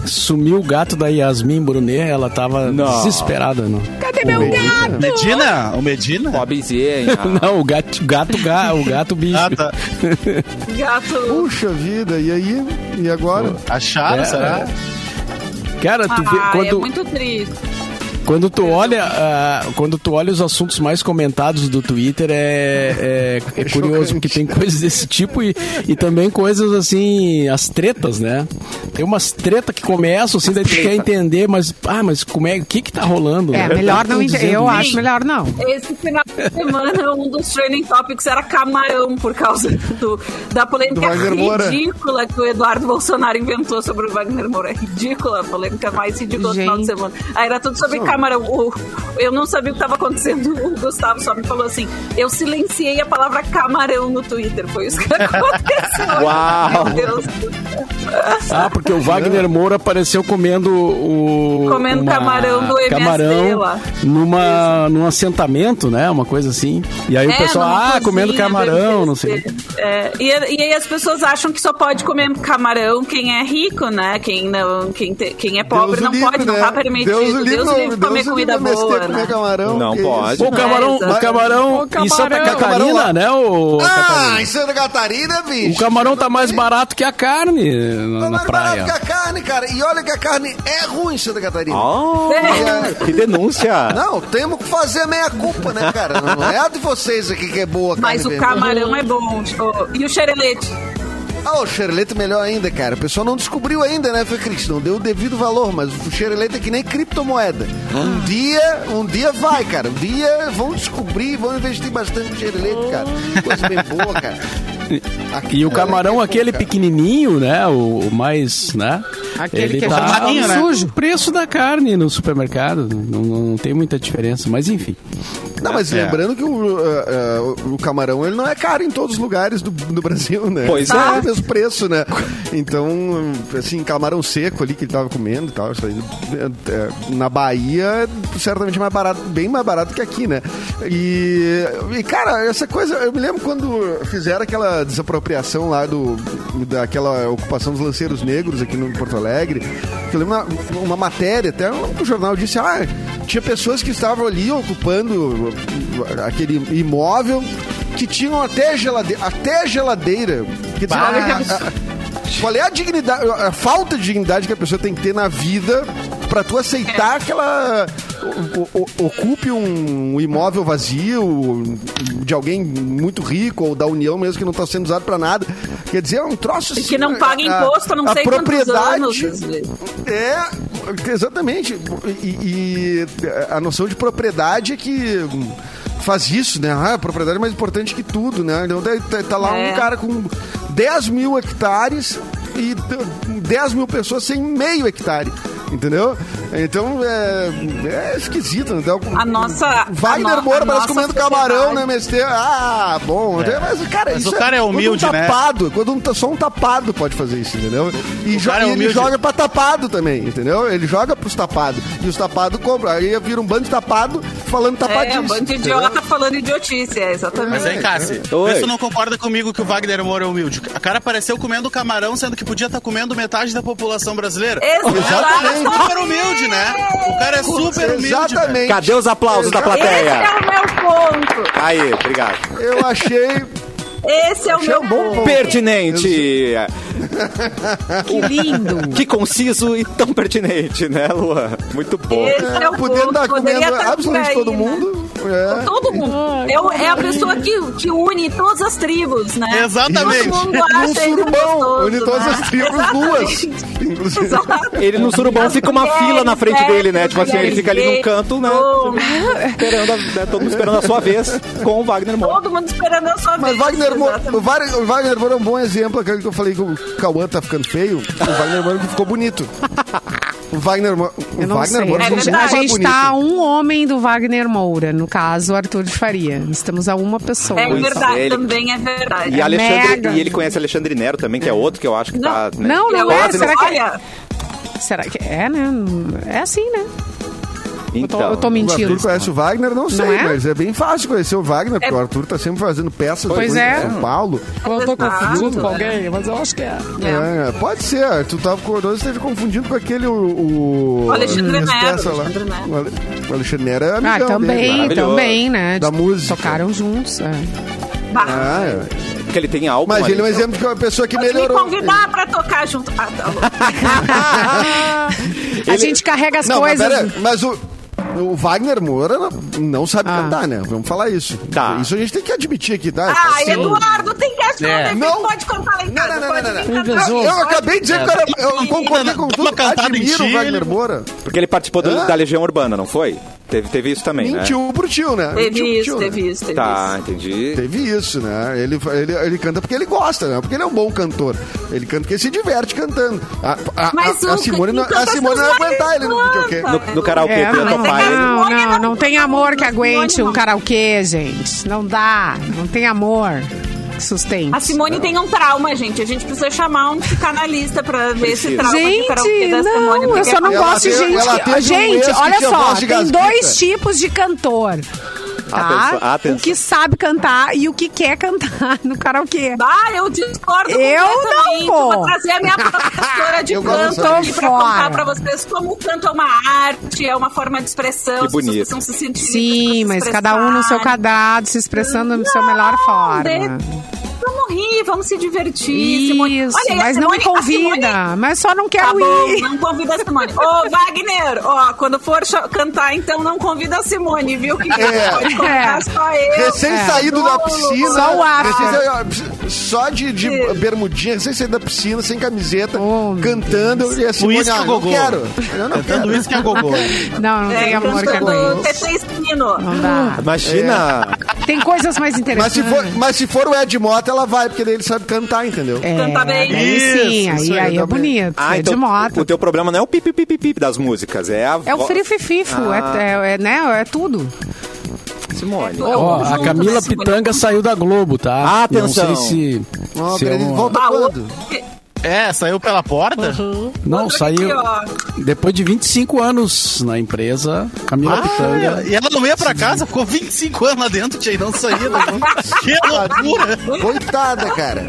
Speaker 5: Sumiu o gato da Yasmin Brunet, ela tava
Speaker 1: Não.
Speaker 5: desesperada, não.
Speaker 3: Cadê meu gato?
Speaker 2: Medina? O Medina?
Speaker 1: Pobrezinha.
Speaker 5: Não, o gato, gato, ga- o gato bicho.
Speaker 2: Ah, tá.
Speaker 4: um Gato.
Speaker 6: Puxa vida, e aí? E agora?
Speaker 2: Acharam,
Speaker 5: É,
Speaker 2: será?
Speaker 5: é. Cara, tu vê
Speaker 4: Ah, é
Speaker 5: quando,
Speaker 4: muito triste.
Speaker 5: quando tu olha, ah, quando tu olha os assuntos mais comentados do Twitter é, é, é curioso porque tem coisas desse tipo e, e também coisas assim, as tretas, né? Tem umas tretas que começam assim, daí tu quer entender, mas ah, mas como é, o que que tá rolando?
Speaker 3: É,
Speaker 5: né?
Speaker 3: melhor não.
Speaker 5: Tão
Speaker 3: ente-
Speaker 5: dizendo
Speaker 3: Eu
Speaker 5: isso.
Speaker 3: acho melhor não.
Speaker 4: Esse final de semana, um dos training topics era camarão, por causa do, da polêmica
Speaker 6: Do Wagner Moura.
Speaker 4: ridícula que o Eduardo Bolsonaro inventou sobre o Wagner Moura. Ridícula, a polêmica mais ridícula do final de
Speaker 3: Gente.
Speaker 4: semana. Aí era tudo sobre camarão. O- eu não sabia o que estava acontecendo, o Gustavo só me falou assim: eu silenciei a palavra camarão no Twitter. Foi isso que aconteceu.
Speaker 1: Uau.
Speaker 4: Meu Deus.
Speaker 5: Ah, porque o Wagner Moura apareceu comendo o.
Speaker 4: Comendo camarão do MST
Speaker 5: camarão
Speaker 4: lá.
Speaker 5: numa, num assentamento, né? Uma coisa assim. E aí o
Speaker 4: É,
Speaker 5: pessoal,
Speaker 4: numa
Speaker 5: ah,
Speaker 4: cozinha,
Speaker 5: comendo camarão, não sei.
Speaker 4: É, e, e aí as pessoas acham que só pode comer camarão quem é rico, né? Quem, não, quem, te- quem é pobre
Speaker 6: Deus o
Speaker 4: não
Speaker 6: livre,
Speaker 4: pode, não
Speaker 6: né?
Speaker 4: tá permitido.
Speaker 6: Deus o livre,
Speaker 4: o livre comer
Speaker 6: Deus o
Speaker 4: comida
Speaker 6: livre, MST
Speaker 4: boa,
Speaker 6: comer
Speaker 4: né?
Speaker 6: camarão,
Speaker 1: Não
Speaker 6: que
Speaker 1: pode.
Speaker 6: isso?
Speaker 5: O camarão,
Speaker 4: exato.
Speaker 5: o camarão
Speaker 3: O
Speaker 5: em Santa
Speaker 3: camarão.
Speaker 5: Catarina,
Speaker 6: Camarão lá.
Speaker 5: né? O,
Speaker 6: Ah,
Speaker 5: Catarina?
Speaker 6: em Santa Catarina, bicho.
Speaker 5: o camarão tá mais barato que a carne na,
Speaker 6: Tá
Speaker 5: na
Speaker 6: mais barato
Speaker 5: praia.
Speaker 6: que a carne, cara. E olha que a carne é ruim em Santa Catarina.
Speaker 1: Oh,
Speaker 6: É.
Speaker 1: que denúncia.
Speaker 6: Não, temos que fazer meia culpa, né, cara? Não é a de vocês aqui que é boa, cara.
Speaker 4: Mas o camarão é bom. tipo, E o xerelete?
Speaker 6: Ah, o xereleto é melhor ainda, cara. O pessoal não descobriu ainda, né, Fê Cris? Não deu o devido valor, mas o xereleto é que nem criptomoeda. Um dia, um dia vai, cara. Um dia vão descobrir, vão investir bastante no xereleto, cara. Coisa bem boa, cara.
Speaker 5: E o camarão, aquele
Speaker 6: pequeno.
Speaker 5: pequenininho, né? O, o mais, né?
Speaker 3: Aquele
Speaker 5: ele
Speaker 3: que é
Speaker 5: tá
Speaker 2: chamadinho, né?
Speaker 5: sujo. O preço da carne no supermercado não, não tem muita diferença, mas enfim.
Speaker 6: Não, mas
Speaker 2: É.
Speaker 6: lembrando que o, uh, uh, o camarão ele não é caro em todos os lugares do, do Brasil, né?
Speaker 1: Pois
Speaker 6: Tá
Speaker 1: é.
Speaker 6: o mesmo preço, né? Então, assim, camarão seco ali que ele tava comendo e tal, isso aí, é, é, na Bahia, certamente mais barato, bem mais barato que aqui, né? E, e, cara, essa coisa, eu me lembro quando fizeram aquela desapropriação lá do, daquela ocupação dos lanceiros negros aqui no Porto Alegre, que eu lembro uma, uma matéria, até o jornal disse, ah, tinha pessoas que estavam ali ocupando aquele imóvel que tinham até geladeira, até geladeira. Quer dizer,
Speaker 2: Bah.
Speaker 6: olha que absurdo. qual é a dignidade, a falta de dignidade que a pessoa tem que ter na vida pra tu
Speaker 4: É.
Speaker 6: aceitar que ela o- o- o- ocupe um imóvel vazio de alguém muito rico ou da União mesmo que não tá sendo usado pra nada. Quer dizer, é um troço
Speaker 4: E que não
Speaker 6: a-
Speaker 4: paga
Speaker 6: a-
Speaker 4: imposto há não
Speaker 6: a
Speaker 4: sei quantos
Speaker 6: propriedade,
Speaker 4: anos. às vezes.
Speaker 6: é, exatamente. E, e a noção de propriedade é que faz isso, né? Ah, a propriedade é mais importante que tudo, né? Então daí tá, tá lá
Speaker 4: É.
Speaker 6: um cara com 10 mil hectares e d- 10 mil pessoas sem meio hectare. Entendeu? Então é, é esquisito, né? Então,
Speaker 4: A nossa- a
Speaker 6: Wagner
Speaker 4: no-
Speaker 6: Moura
Speaker 4: a
Speaker 6: parece
Speaker 4: nossa
Speaker 6: comendo
Speaker 4: sociedade.
Speaker 6: camarão, né, MST? Ah, bom. Mas, cara,
Speaker 2: É. Mas
Speaker 6: isso
Speaker 2: o cara é
Speaker 6: quando
Speaker 2: humilde,
Speaker 6: um
Speaker 2: né?
Speaker 6: tapado, Quando um, ta- só um tapado pode fazer isso, entendeu? E, jo-
Speaker 2: cara é
Speaker 6: e ele
Speaker 2: humilde.
Speaker 6: joga joga pra tapado também, entendeu? Ele joga pros tapados. E os tapados compram. Aí vira um bando de tapado falando
Speaker 4: É,
Speaker 6: tapadinho.
Speaker 4: um bando de idiota falando idiotice, é, exatamente.
Speaker 2: Mas aí, Cássio,
Speaker 1: Oi.
Speaker 2: vê se tu não concorda comigo que o Wagner Moura é humilde. A cara apareceu comendo camarão, sendo que podia estar comendo metade da população brasileira. O cara é
Speaker 4: Exatamente.
Speaker 2: super humilde, né? O cara é super humilde.
Speaker 4: né?
Speaker 2: velho.
Speaker 6: Exatamente.
Speaker 1: Cadê os aplausos da
Speaker 4: Esse
Speaker 1: plateia?
Speaker 4: é o meu ponto.
Speaker 1: Aí, obrigado.
Speaker 6: Eu achei.
Speaker 4: Esse é o
Speaker 6: Achei
Speaker 4: meu
Speaker 6: um bom
Speaker 4: ponto.
Speaker 1: Pertinente.
Speaker 3: Que lindo.
Speaker 1: Que conciso e tão pertinente, né, Luan? Muito bom.
Speaker 4: Esse é o
Speaker 6: podendo
Speaker 4: ponto.
Speaker 6: dar
Speaker 4: Poderia
Speaker 6: comendo
Speaker 4: tá por
Speaker 6: absolutamente
Speaker 4: aí,
Speaker 6: todo
Speaker 4: né?
Speaker 6: mundo. É.
Speaker 4: Todo mundo.
Speaker 3: Ah,
Speaker 4: É, o- é a pessoa que, que une todas as tribos, né?
Speaker 2: Exatamente.
Speaker 4: Todo mundo
Speaker 6: Num
Speaker 4: acha ele
Speaker 6: Um surubão,
Speaker 4: gostoso,
Speaker 6: une todas
Speaker 4: né?
Speaker 6: as tribos nuas. Inclusive.
Speaker 4: Exato.
Speaker 1: Ele no surubão
Speaker 4: As
Speaker 1: fica uma
Speaker 4: mulheres,
Speaker 1: fila na frente dele, né?
Speaker 4: mulheres,
Speaker 1: Tipo assim, ele fica ali num canto, né?
Speaker 4: homens,
Speaker 1: Esperando, a- né, todo mundo esperando a sua vez com o Wagner Moura.
Speaker 4: Todo mundo esperando a sua
Speaker 6: Mas
Speaker 4: vez.
Speaker 6: Wagner Mo- o
Speaker 4: exatamente.
Speaker 6: Wagner- o Wagner Moura é um bom exemplo, aquele que eu falei que o Cauã tá ficando feio. O Wagner Moura que ficou bonito. O Wagner, Mo- o
Speaker 3: Eu não
Speaker 6: Wagner
Speaker 3: sei.
Speaker 6: Moura
Speaker 4: É
Speaker 6: ficou muito
Speaker 3: a
Speaker 4: verdade.
Speaker 6: mais
Speaker 3: gente
Speaker 6: bonito.
Speaker 3: está a um homem do Wagner Moura, no caso, Arthur de Faria. Estamos a uma pessoa.
Speaker 4: É
Speaker 1: Pois
Speaker 4: verdade,
Speaker 1: é, ele-
Speaker 4: também é verdade.
Speaker 1: E, Alexandre,
Speaker 3: Mega.
Speaker 1: e ele conhece Alexandre Nero também, que é outro que eu acho que
Speaker 4: Não.
Speaker 1: tá. Né,
Speaker 3: Não, não é,
Speaker 1: quase
Speaker 3: será
Speaker 1: nesse-
Speaker 3: que-
Speaker 4: Olha,
Speaker 3: Será que é, né? É assim, né? Eu tô,
Speaker 1: Então,
Speaker 3: eu tô
Speaker 6: O
Speaker 3: mentindo.
Speaker 6: Arthur conhece o Wagner? Não sei,
Speaker 3: é?
Speaker 6: mas é bem fácil conhecer o Wagner, porque o Arthur tá sempre fazendo peças
Speaker 3: Pois
Speaker 6: coisas
Speaker 3: é.
Speaker 6: em São Paulo.
Speaker 4: eu tô confundindo com alguém,
Speaker 3: mas eu acho que é.
Speaker 4: É.
Speaker 6: É, pode ser, tu tava com talvez esteja confundindo com aquele o.
Speaker 4: O Alexandre
Speaker 6: esse
Speaker 4: Nero,
Speaker 6: peça lá.
Speaker 4: Alexandre Nero.
Speaker 6: O Ale- O Alexandre Nero é amigão
Speaker 3: Ah, também,
Speaker 6: dele.
Speaker 1: maravilhoso.
Speaker 3: também, né?
Speaker 6: Da música.
Speaker 3: Tocaram juntos. é.
Speaker 4: bah,
Speaker 6: Ah, é.
Speaker 1: Porque ele tem álbum.
Speaker 6: Mas
Speaker 1: ali.
Speaker 6: ele é um exemplo de uma pessoa que
Speaker 4: pode me
Speaker 6: melhorou.
Speaker 4: convidar pra tocar junto. Ah, tá louco.
Speaker 3: A gente carrega as
Speaker 6: Não, mas
Speaker 3: coisas.
Speaker 6: pera, mas o. o Wagner Moura não- não sabe
Speaker 3: Ah.
Speaker 6: cantar, né? Vamos falar isso.
Speaker 1: Tá.
Speaker 6: Isso a gente tem que admitir aqui, tá?
Speaker 4: Ah,
Speaker 6: Assim,
Speaker 4: Eduardo, tem que achar
Speaker 2: É.
Speaker 4: é.
Speaker 6: Não.
Speaker 4: pode cantar lá em casa.
Speaker 6: Não, não, não,
Speaker 4: pode
Speaker 6: não, não,
Speaker 4: vir tá?
Speaker 5: não.
Speaker 4: cantar.
Speaker 5: Inventou.
Speaker 6: Eu, eu acabei de dizer que o cara, eu concordei
Speaker 2: Dá
Speaker 6: com
Speaker 2: uma
Speaker 6: tudo.
Speaker 2: cantada em
Speaker 6: Admiro o
Speaker 2: Chile.
Speaker 6: Wagner Moura.
Speaker 1: Porque ele participou do-
Speaker 6: Hã?
Speaker 1: da Legião Urbana, não foi? Teve, teve isso também, né?
Speaker 6: Mentiu pro tio, né? Mentiu pro
Speaker 4: Teve isso,
Speaker 6: tio, né?
Speaker 4: teve isso, teve
Speaker 1: Tá,
Speaker 4: isso.
Speaker 1: entendi.
Speaker 6: Teve isso, né? Ele, ele, ele canta porque ele gosta, né? Porque ele é um bom cantor. Ele canta porque se diverte cantando. A, a,
Speaker 4: Mas
Speaker 6: a, a
Speaker 4: o-
Speaker 6: Simone não,
Speaker 4: então
Speaker 6: a Simone não ia
Speaker 4: vocês
Speaker 6: aguentar ele no
Speaker 4: cantam.
Speaker 6: videokê.
Speaker 1: No, no karaokê,
Speaker 3: É,
Speaker 1: tu ia
Speaker 3: não,
Speaker 1: topar ele.
Speaker 3: não, não, não tem amor que aguente um karaokê, gente. Não dá. Não tem amor que sustente.
Speaker 4: A Simone tem um trauma, gente. A gente precisa chamar um psicanalista pra ver esse
Speaker 1: Precisa.
Speaker 4: trauma de karaokê
Speaker 3: Gente,
Speaker 4: da Simone.
Speaker 3: não, eu
Speaker 4: porque
Speaker 3: só não
Speaker 6: Ela
Speaker 3: gosto de
Speaker 6: teve-
Speaker 3: gente.
Speaker 6: ela teve um ex
Speaker 3: gente,
Speaker 6: que
Speaker 3: olha
Speaker 6: tinha
Speaker 3: só,
Speaker 6: voz de
Speaker 3: tem
Speaker 6: gasguita.
Speaker 3: dois tipos de cantor. Tá?
Speaker 1: Atenção, atenção.
Speaker 3: O que sabe cantar e o que quer cantar no karaokê.
Speaker 4: Ah, eu discordo
Speaker 3: Eu não
Speaker 4: completamente.
Speaker 3: vou.
Speaker 4: Vou trazer a minha professora de
Speaker 6: Eu gosto
Speaker 4: canto
Speaker 6: dessa
Speaker 4: aqui pra
Speaker 3: fora.
Speaker 4: contar pra vocês como o canto é uma arte, é uma forma de expressão.
Speaker 1: Que bonito.
Speaker 4: Vocês precisam se sentir
Speaker 3: Sim,
Speaker 4: livres pra
Speaker 3: mas
Speaker 4: se
Speaker 3: cada um no seu
Speaker 4: expressar.
Speaker 3: quadrado, se expressando no seu melhor
Speaker 4: Não,
Speaker 3: forma.
Speaker 4: de- Vamos rir, vamos se divertir. Simone.
Speaker 3: Isso,
Speaker 4: Olha, e a
Speaker 3: mas não me
Speaker 4: Simone- a Simone-
Speaker 3: convida. Mas só não
Speaker 4: Tá
Speaker 3: quero
Speaker 4: bom,
Speaker 3: ir.
Speaker 4: não convida a Simone. Ô, Wagner, ó, quando for cho- cantar, então não convida a Simone, viu? Que
Speaker 6: É.
Speaker 4: pode contar só eu.
Speaker 6: Recém-saído da
Speaker 3: É.
Speaker 6: piscina.
Speaker 3: Só o after.
Speaker 6: recém-saído- Só de, de
Speaker 4: Isso.
Speaker 6: bermudinha, recém-saído da piscina, sem camiseta,
Speaker 3: Oh, meu
Speaker 6: cantando. E assim,
Speaker 2: Uísque
Speaker 6: ah,
Speaker 2: a
Speaker 6: eu
Speaker 2: gogô.
Speaker 6: não quero. Eu não
Speaker 2: Cantando
Speaker 6: quero.
Speaker 2: isso que é gogô.
Speaker 3: Não, não
Speaker 4: É,
Speaker 3: tem amor que
Speaker 4: cantando
Speaker 3: aguente.
Speaker 4: Tete Espino.
Speaker 3: Não dá.
Speaker 1: Imagina!
Speaker 3: Tem coisas mais
Speaker 6: É. Mas se,
Speaker 3: interessantes.
Speaker 6: for, mas se for o Ed Mota, ela vai, porque daí ele sabe cantar, entendeu?
Speaker 3: É,
Speaker 4: Cantar bem.
Speaker 3: Aí sim,
Speaker 6: Isso, isso
Speaker 3: aí,
Speaker 6: aí,
Speaker 3: aí é
Speaker 6: também.
Speaker 3: bonito.
Speaker 1: Ah,
Speaker 3: é
Speaker 1: então
Speaker 3: de moto.
Speaker 1: o teu problema não é o pipi pipi pipi das músicas, é a
Speaker 3: É o
Speaker 1: vo-
Speaker 3: frifififo,
Speaker 1: Ah.
Speaker 3: é, é, é, né? É tudo.
Speaker 1: Simone.
Speaker 4: É,
Speaker 5: Ó,
Speaker 4: Vamos
Speaker 5: a
Speaker 4: junto,
Speaker 5: Camila
Speaker 4: né, Simone?
Speaker 5: Pitanga saiu da Globo, tá?
Speaker 1: Atenção.
Speaker 5: Não sei se.
Speaker 6: Ó,
Speaker 5: se é
Speaker 6: Breno,
Speaker 5: uma-
Speaker 6: volta
Speaker 4: Ah,
Speaker 6: quando?
Speaker 2: É, saiu pela porta?
Speaker 5: Não,
Speaker 4: Outra
Speaker 5: saiu.
Speaker 4: aqui,
Speaker 5: Depois de 25 anos na empresa, Camila Pitanga.
Speaker 2: Ah, e ela não ia pra casa, ficou 25 anos lá dentro, tia, e não saía. que loucura!
Speaker 6: Coitada, cara.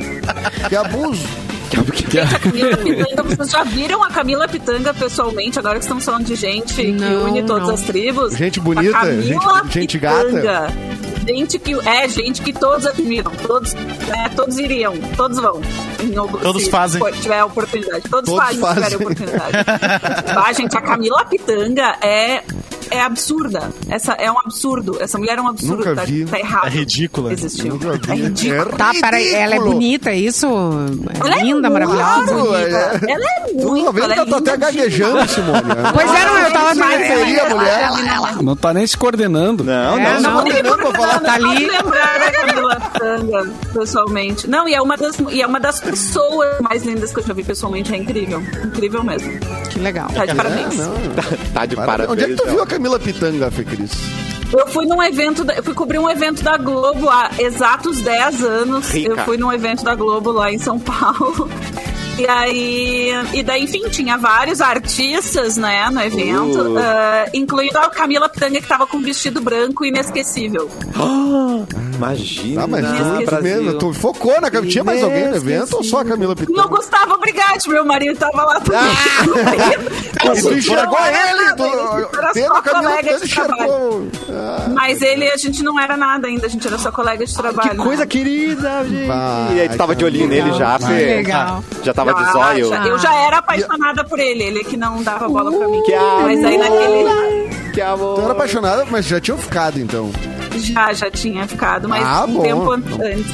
Speaker 6: Que abuso.
Speaker 4: Camila Pitanga, vocês já viram a Camila Pitanga pessoalmente, agora que estamos falando de gente
Speaker 3: Não,
Speaker 4: que une todas
Speaker 3: não.
Speaker 4: as tribos?
Speaker 6: Gente bonita,
Speaker 4: A Camila
Speaker 6: gente- gente
Speaker 4: Pitanga.
Speaker 6: gata.
Speaker 4: Gente que é, gente que todos admiram, todos, né, todos iriam, todos vão. Em algum-
Speaker 2: Todos
Speaker 4: se
Speaker 2: fazem.
Speaker 4: for- tiver a oportunidade, todos,
Speaker 6: Todos
Speaker 4: fazem, se tiver a
Speaker 6: fazem.
Speaker 4: oportunidade. Bah, gente, a Camila Pitanga é é absurda. Essa é um absurdo. Essa mulher é um absurdo.
Speaker 6: Nunca
Speaker 4: tá,
Speaker 6: vi.
Speaker 4: tá errado.
Speaker 2: É ridícula.
Speaker 4: Existiu.
Speaker 6: Nunca vi.
Speaker 4: É ridículo.
Speaker 3: Tá, peraí, ela é
Speaker 6: Ridículo.
Speaker 3: bonita, é isso? É
Speaker 4: Ela é
Speaker 3: linda,
Speaker 4: muito
Speaker 3: maravilhosa.
Speaker 6: Claro,
Speaker 4: bonita. Ela é
Speaker 6: Tu
Speaker 4: muito.
Speaker 6: tá vendo
Speaker 4: ela
Speaker 6: que
Speaker 4: é
Speaker 6: eu tô até
Speaker 4: linda demais.
Speaker 6: gaguejando, Simone.
Speaker 3: Pois é, não, eu tava
Speaker 4: Ela é
Speaker 6: Periferia,
Speaker 4: linda,
Speaker 6: mulher.
Speaker 4: ela é linda.
Speaker 5: Não tá nem se coordenando.
Speaker 1: Não,
Speaker 3: É,
Speaker 1: não,
Speaker 3: não.
Speaker 6: Não, não, pra falar.
Speaker 3: Tá ali.
Speaker 4: Não lembrar da Camila Pitanga, pessoalmente. Não, e é, uma das, e é uma das pessoas mais lindas que eu já vi pessoalmente. É incrível. Incrível mesmo.
Speaker 3: Que legal.
Speaker 4: Tá de parabéns.
Speaker 1: Tá de parabéns.
Speaker 6: Onde é que tu
Speaker 1: então.
Speaker 6: viu a Camila Pitanga, Fê Cris?
Speaker 4: Eu fui num evento, da- eu fui cobrir um evento da Globo há exatos 10 anos.
Speaker 1: Rica.
Speaker 4: Eu fui num evento da Globo lá em São Paulo. E aí, e daí, enfim, tinha vários artistas, né, no evento,
Speaker 1: Uh.
Speaker 4: ah, incluindo a Camila Pitanga, que tava com um vestido branco inesquecível.
Speaker 1: Imagina. é
Speaker 6: Ah, mas
Speaker 4: Brasil.
Speaker 6: tu, tu mesmo, tu focou na Camila. Tinha mais alguém no evento ou só a Camila
Speaker 4: E o
Speaker 6: Pitanga?
Speaker 4: Gustavo Brigatti, meu marido, tava lá também.
Speaker 6: Ah! E tu enxergou ele,
Speaker 4: Era
Speaker 6: tu, teve
Speaker 4: só
Speaker 6: a Camila
Speaker 4: colega
Speaker 6: Pitanga
Speaker 4: de trabalho.
Speaker 6: enxergou. Ah,
Speaker 4: Mas ele, a gente não era nada ainda, a gente era só colega de trabalho.
Speaker 1: Que coisa querida, gente.
Speaker 6: Vai,
Speaker 1: e aí tu tava de olhinho
Speaker 6: Camila.
Speaker 1: nele já,
Speaker 3: Que
Speaker 1: Fê.
Speaker 3: legal.
Speaker 1: Já tava de
Speaker 4: Ah,
Speaker 1: zóio.
Speaker 4: já- Eu já era apaixonada por ele, ele que não dava bola pra mim.
Speaker 1: Que amor.
Speaker 4: Mas aí naquele
Speaker 1: Que
Speaker 6: tu
Speaker 1: amor.
Speaker 6: era apaixonada, mas já tinham ficado, então.
Speaker 4: já já tinha ficado, mas
Speaker 6: Ah,
Speaker 4: um
Speaker 6: bom.
Speaker 4: tempo antes.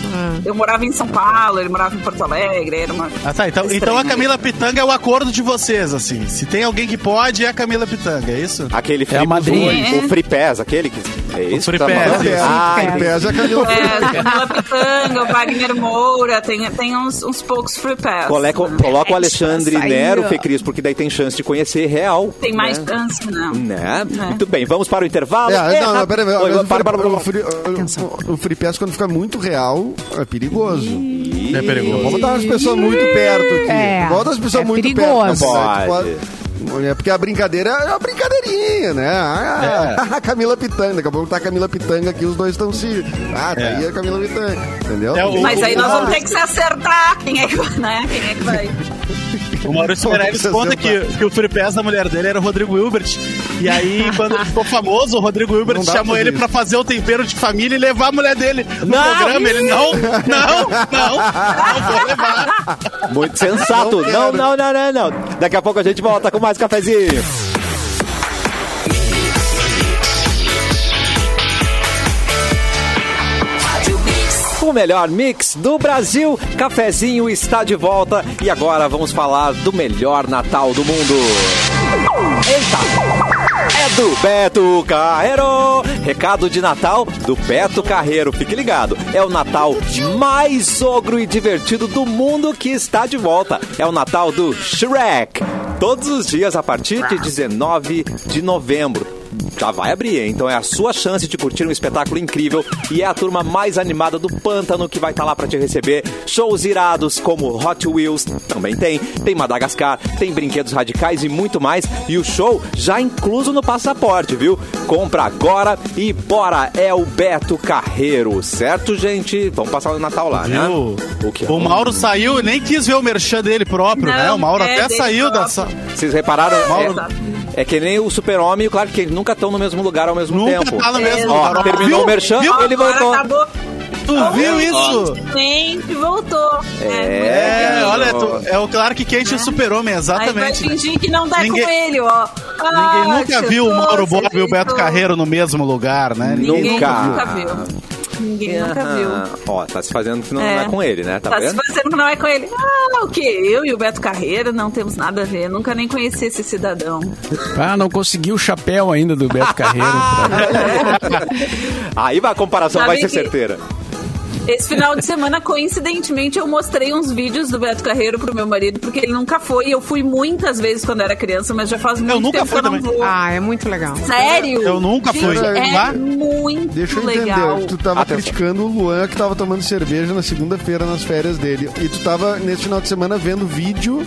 Speaker 4: Eu morava em São Paulo, ele morava em Porto Alegre, era uma
Speaker 2: Ah, tá. Então, então a Camila Pitanga é o acordo de vocês, assim. Se tem alguém que pode, é a Camila Pitanga, é isso?
Speaker 1: Aquele free,
Speaker 5: É a madrinha.
Speaker 1: O Free Pass, aquele que. É isso?
Speaker 2: Free
Speaker 1: que tu tá
Speaker 2: Pass,
Speaker 1: falando?
Speaker 2: isso.
Speaker 1: Ah,
Speaker 3: Free Pass.
Speaker 1: entendi.
Speaker 6: Pesa a Camila Pitanga.
Speaker 4: É, Camila Pitanga, o Wagner Moura, tem, tem uns, uns poucos free pass.
Speaker 6: é
Speaker 1: Coloca, coloca o Alexandre
Speaker 3: Saiu.
Speaker 1: Nero, Fê Cris, porque daí tem chance de conhecer real.
Speaker 4: Tem mais
Speaker 1: né?
Speaker 4: chance, né?
Speaker 1: Né?
Speaker 4: É.
Speaker 1: Muito bem, vamos para o intervalo.
Speaker 6: É, não, não,
Speaker 1: rápido.
Speaker 6: peraí,
Speaker 1: Oi,
Speaker 6: mas o
Speaker 1: para, para, para,
Speaker 6: free- o
Speaker 1: para.
Speaker 6: free- o- o free pass, quando fica muito real, é perigoso.
Speaker 2: É perigoso.
Speaker 6: Vamos botar umas pessoas muito perto aqui.
Speaker 3: É,
Speaker 6: Vamos botar as pessoas
Speaker 3: é
Speaker 6: muito
Speaker 3: perigoso.
Speaker 6: perto.
Speaker 1: Pode.
Speaker 6: né? Tu pode- É porque a brincadeira é uma brincadeirinha, né? Ah, a Camila Pitanga. Daqui a pouco tá a Camila Pitanga aqui, os dois estão se. Ah, tá
Speaker 2: É.
Speaker 6: aí a Camila Pitanga. Entendeu?
Speaker 2: É o-
Speaker 4: Mas aí nós
Speaker 2: Ah.
Speaker 4: vamos ter que se acertar. Quem é que vai, né? Quem é que vai?
Speaker 2: O Maurício Meirelles conta que, que o free pass da mulher dele era o Rodrigo Hilbert. E aí, quando ele ficou famoso, o Rodrigo Hilbert
Speaker 6: Não dá
Speaker 2: chamou
Speaker 6: pra
Speaker 2: ele
Speaker 6: fazer
Speaker 2: pra fazer o tempero de família e levar a mulher dele no programa. Ele, não, não, não, não vou levar.
Speaker 1: Muito sensato. Não, não, não, não, não. Daqui a pouco a gente volta com mais cafezinho. O melhor mix do Brasil, cafezinho está de volta e agora vamos falar do melhor Natal do mundo. Eita! É do Beto Carreiro! Recado de Natal do Beto Carreiro, fique ligado. É o Natal mais ogro e divertido do mundo que está de volta. É o Natal do Shrek. Todos os dias a partir de 19 de novembro. Já vai abrir, hein? então é a sua chance de curtir um espetáculo incrível e é a turma mais animada do Pântano que vai estar lá para te receber. Shows irados como Hot Wheels, também tem, tem Madagascar, tem brinquedos radicais e muito mais. E o show já incluso no passaporte, viu? Compra agora e bora! É o Beto Carreiro, certo, gente? Vamos passar o Natal lá, né?
Speaker 2: Viu?
Speaker 1: O que?
Speaker 2: O Mauro saiu e nem quis ver o merchan dele próprio, né?
Speaker 4: Não,
Speaker 2: O Mauro
Speaker 4: é
Speaker 2: até
Speaker 4: dele
Speaker 2: saiu
Speaker 4: próprio.
Speaker 2: da sa-
Speaker 1: Vocês repararam?
Speaker 4: Mauro-
Speaker 2: tá.
Speaker 1: É, é que nem o Super-Homem e o Clark Kent nunca estão no mesmo lugar ao mesmo
Speaker 2: Nunca
Speaker 1: tempo.
Speaker 2: tá no mesmo
Speaker 1: Ó,
Speaker 2: lugar.
Speaker 1: terminou o merchan,
Speaker 2: Viu?
Speaker 1: ele voltou.
Speaker 4: Acabou.
Speaker 2: Tu viu
Speaker 4: é
Speaker 2: isso?
Speaker 4: Gente, voltou.
Speaker 1: É,
Speaker 2: É,
Speaker 1: Não.
Speaker 2: olha, tu- é o Clark Kent e o super-homem,
Speaker 4: Aí vai
Speaker 2: exatamente.
Speaker 4: fingir que não dá
Speaker 2: Ninguém-
Speaker 4: com ele, ó. Ah,
Speaker 2: Ninguém nunca viu o
Speaker 4: Jesus,
Speaker 2: Mauro Borba e o Beto
Speaker 4: Jesus.
Speaker 2: Carreiro no mesmo lugar, né?
Speaker 4: Ninguém
Speaker 1: Nunca.
Speaker 4: nunca, viu. Ninguém nunca viu.
Speaker 1: Ah, Ó, tá se fazendo que não não é.
Speaker 4: É.
Speaker 1: com ele, né? Tá,
Speaker 4: Tá se
Speaker 1: vendo?
Speaker 4: fazendo que não é com ele. Ah, o que? Eu e o Beto Carreiro não temos nada a ver. Nunca nem conheci esse cidadão.
Speaker 5: Ah, não consegui o chapéu ainda do Beto Carreiro.
Speaker 1: Ah! Aí vai a comparação,
Speaker 4: Sabe
Speaker 1: vai ser
Speaker 4: que-
Speaker 1: certeira.
Speaker 4: Esse final de semana, coincidentemente, eu mostrei uns vídeos do Beto Carreiro pro meu marido, porque ele nunca foi. E eu fui muitas vezes quando era criança, mas já faz muito
Speaker 2: nunca
Speaker 4: tempo
Speaker 2: fui
Speaker 4: que eu não
Speaker 2: também.
Speaker 4: vou.
Speaker 3: Ah, é muito legal.
Speaker 4: Sério?
Speaker 2: Eu nunca
Speaker 4: Gente,
Speaker 2: fui.
Speaker 4: É
Speaker 2: Lá?
Speaker 4: muito
Speaker 6: Deixa eu entender,
Speaker 4: legal.
Speaker 6: tu tava
Speaker 1: Atenção.
Speaker 6: criticando o Luan que tava tomando cerveja na segunda-feira nas férias dele. E tu tava, nesse final de semana, vendo vídeo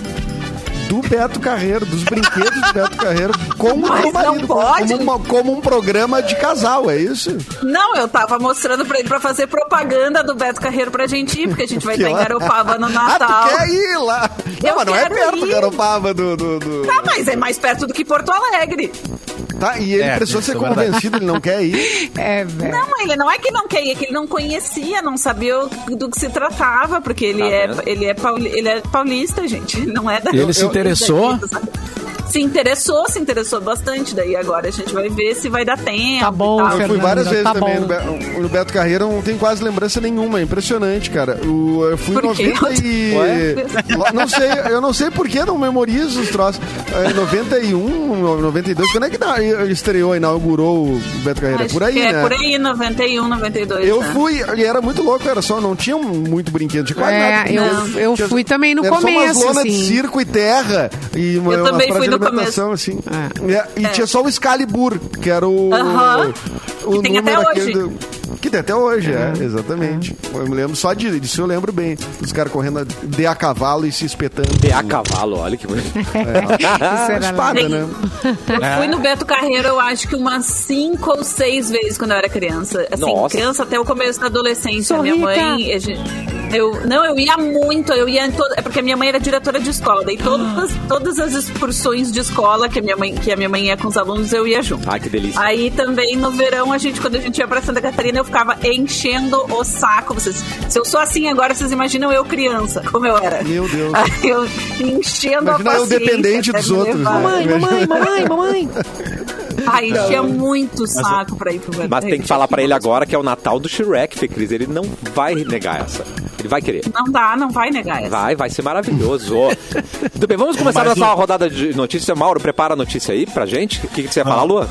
Speaker 6: do Beto Carreiro, dos brinquedos do Beto Carreiro, como
Speaker 4: Mas
Speaker 6: teu
Speaker 4: não
Speaker 6: marido, como-
Speaker 4: pode.
Speaker 6: Como, uma- como um programa de casal, é isso?
Speaker 4: Não, eu tava mostrando pra ele pra fazer propaganda do Beto Carreiro pra gente ir, porque a gente vai estar em Garopaba no Natal.
Speaker 6: Ah, tu quer ir lá? Não,
Speaker 4: Eu
Speaker 6: mas não é
Speaker 4: quero
Speaker 6: perto,
Speaker 4: ir.
Speaker 6: Garopaba, do... do, do-
Speaker 4: Tá, mas é mais perto do que Porto Alegre.
Speaker 6: Tá, e ele
Speaker 2: É,
Speaker 6: precisou
Speaker 2: isso
Speaker 6: ser
Speaker 2: é verdade.
Speaker 6: convencido, ele não quer ir.
Speaker 3: É, velho.
Speaker 4: Não, ele não é que não queria, é que ele não conhecia, não sabia o- do que se tratava, porque ele,
Speaker 1: Tá
Speaker 4: é,
Speaker 1: vendo?
Speaker 4: ele, é, pauli, ele é paulista, gente. Ele não é da
Speaker 5: Ele se
Speaker 4: eu-
Speaker 5: interessou?
Speaker 4: daqui, sabe? Se interessou, se interessou bastante. Daí agora a gente vai ver se vai dar tempo.
Speaker 3: Tá bom,
Speaker 4: e tal.
Speaker 6: Eu fui
Speaker 3: Fernanda,
Speaker 6: várias vezes
Speaker 3: tá
Speaker 6: também
Speaker 3: bom.
Speaker 6: no, Be no Beto Carreiro, eu não tenho quase lembrança nenhuma, é impressionante, cara. O- eu fui em
Speaker 4: Por quê?
Speaker 6: 90 e...
Speaker 4: Ué?
Speaker 6: Não sei, eu não sei por que não memorizo os troços. É, 91, 92, quando é que na- estreou, inaugurou o Beto Carreiro? É
Speaker 4: Acho
Speaker 6: por aí,
Speaker 4: que
Speaker 6: né?
Speaker 4: É por aí, 91,
Speaker 3: Tá.
Speaker 4: 92.
Speaker 6: Eu
Speaker 4: né?
Speaker 6: fui, e era muito louco, era só, não tinha muito brinquedo de quase
Speaker 3: É,
Speaker 6: nada.
Speaker 3: eu-
Speaker 6: Tinha-
Speaker 3: eu
Speaker 6: tinha-
Speaker 3: fui também no
Speaker 6: era
Speaker 3: começo,
Speaker 6: só umas lonas de
Speaker 3: assim.
Speaker 6: circo e terra, e uma,
Speaker 4: Eu
Speaker 6: umas
Speaker 4: também
Speaker 6: praças
Speaker 4: fui
Speaker 6: de
Speaker 4: no É.
Speaker 6: alimentação, assim.
Speaker 3: É.
Speaker 6: E, e tinha só o Excalibur, que era o...
Speaker 4: Aham. Que tem
Speaker 6: número
Speaker 4: até
Speaker 6: aquele
Speaker 4: hoje.
Speaker 6: do- que tem até hoje, é, exatamente. Eu me lembro só de- disso, eu lembro bem. Os caras correndo de a cavalo e se espetando.
Speaker 1: É a cavalo, olha que bonito.
Speaker 3: Isso era legal.
Speaker 6: Espada, né?
Speaker 4: Eu fui no Beto Carreiro, eu acho que umas cinco ou seis vezes quando eu era criança. Assim,
Speaker 1: Nossa.
Speaker 4: criança até o começo da adolescência.
Speaker 3: Sou
Speaker 4: minha
Speaker 3: rica.
Speaker 4: mãe. a gente- Eu, não, eu ia muito, eu ia em todo, é porque a minha mãe era diretora de escola, daí
Speaker 6: Ah.
Speaker 4: todas, todas as excursões de escola que a minha mãe, que a minha mãe ia com os alunos, eu ia junto.
Speaker 1: Ah, que delícia.
Speaker 4: Aí também no verão, a gente, quando a gente ia pra Santa Catarina, eu ficava enchendo o saco. Vocês, se eu sou assim agora, vocês imaginam eu criança, como eu era.
Speaker 6: Meu Deus.
Speaker 4: Aí eu enchendo a
Speaker 6: Imagina eu
Speaker 4: paciência
Speaker 6: dependente
Speaker 4: até
Speaker 6: dos
Speaker 4: me
Speaker 6: outros,
Speaker 4: levar.
Speaker 6: né?
Speaker 3: Mamãe, mamãe, mamãe, mamãe.
Speaker 4: Ai, enchia muito saco pra ir pro Beto
Speaker 1: Então, Mas tem que falar pra ele agora que é o Natal do Shrek, Fê Cris. Ele não vai negar essa. Ele vai querer.
Speaker 4: Não dá, não vai negar essa.
Speaker 1: Vai, vai ser maravilhoso. Ó. Tudo bem, vamos começar a nossa rodada de notícias. Mauro, prepara a notícia aí pra gente. O que, que você ia falar, Lua?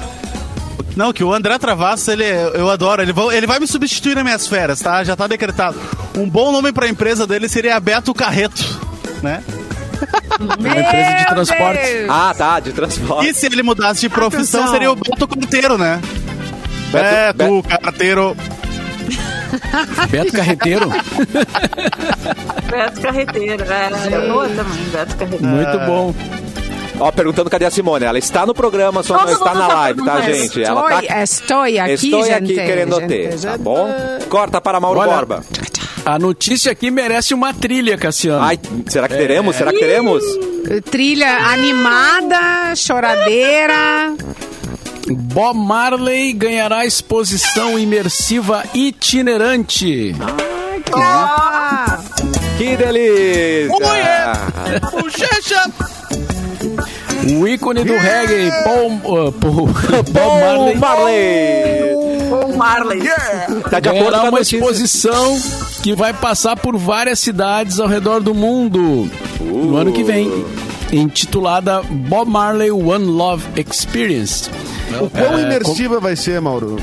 Speaker 2: Não, que o André Travasso, ele, eu adoro. Ele, vão- ele vai me substituir nas minhas férias, tá? Já tá decretado. Um bom nome pra empresa dele seria Beto Carreto, né?
Speaker 5: Uma empresa de transporte.
Speaker 1: Ah, tá, de transporte.
Speaker 2: E se ele mudasse
Speaker 1: Ah,
Speaker 2: de profissão,
Speaker 3: Atenção.
Speaker 2: seria o Beto Carteiro, né?
Speaker 1: Beto-
Speaker 2: Beto Carteiro.
Speaker 5: Beto Carreteiro.
Speaker 4: Beto Carreteiro. É, é boa também, Beto Carreteiro.
Speaker 5: Muito bom.
Speaker 1: Ó, perguntando cadê a Simone. Ela está no programa, só não
Speaker 4: Todo
Speaker 1: está
Speaker 4: mundo
Speaker 1: na
Speaker 4: tá
Speaker 1: live, tá,
Speaker 4: perguntando
Speaker 1: gente? Ela tá
Speaker 3: Estou- é, Estou aqui,
Speaker 1: Estou
Speaker 3: gente. é,
Speaker 1: aqui querendo
Speaker 3: gente,
Speaker 1: ter, tá
Speaker 3: gente.
Speaker 1: bom? Corta para Mauro
Speaker 5: Olha-
Speaker 1: Borba.
Speaker 5: A notícia aqui merece uma trilha, Cassiano. É.
Speaker 1: Ai, será que teremos? Será que teremos?
Speaker 3: Trilha animada, choradeira.
Speaker 5: Bob Marley ganhará exposição imersiva itinerante.
Speaker 3: Ah,
Speaker 1: Que delícia!
Speaker 2: Bochecha!
Speaker 5: O ícone do reggae, Paul, uh, Paul- Bob
Speaker 1: Bom,
Speaker 5: Marley,
Speaker 1: Marley!
Speaker 4: Ou Marley.
Speaker 1: Tá de acordo
Speaker 5: ganhará
Speaker 1: com a
Speaker 5: uma
Speaker 1: notícia.
Speaker 5: exposição que vai passar por várias cidades ao redor do mundo no ano que vem,
Speaker 1: Uh.
Speaker 5: intitulada Bob Marley One Love Experience. É,
Speaker 6: O quão imersiva vai ser, Mauro?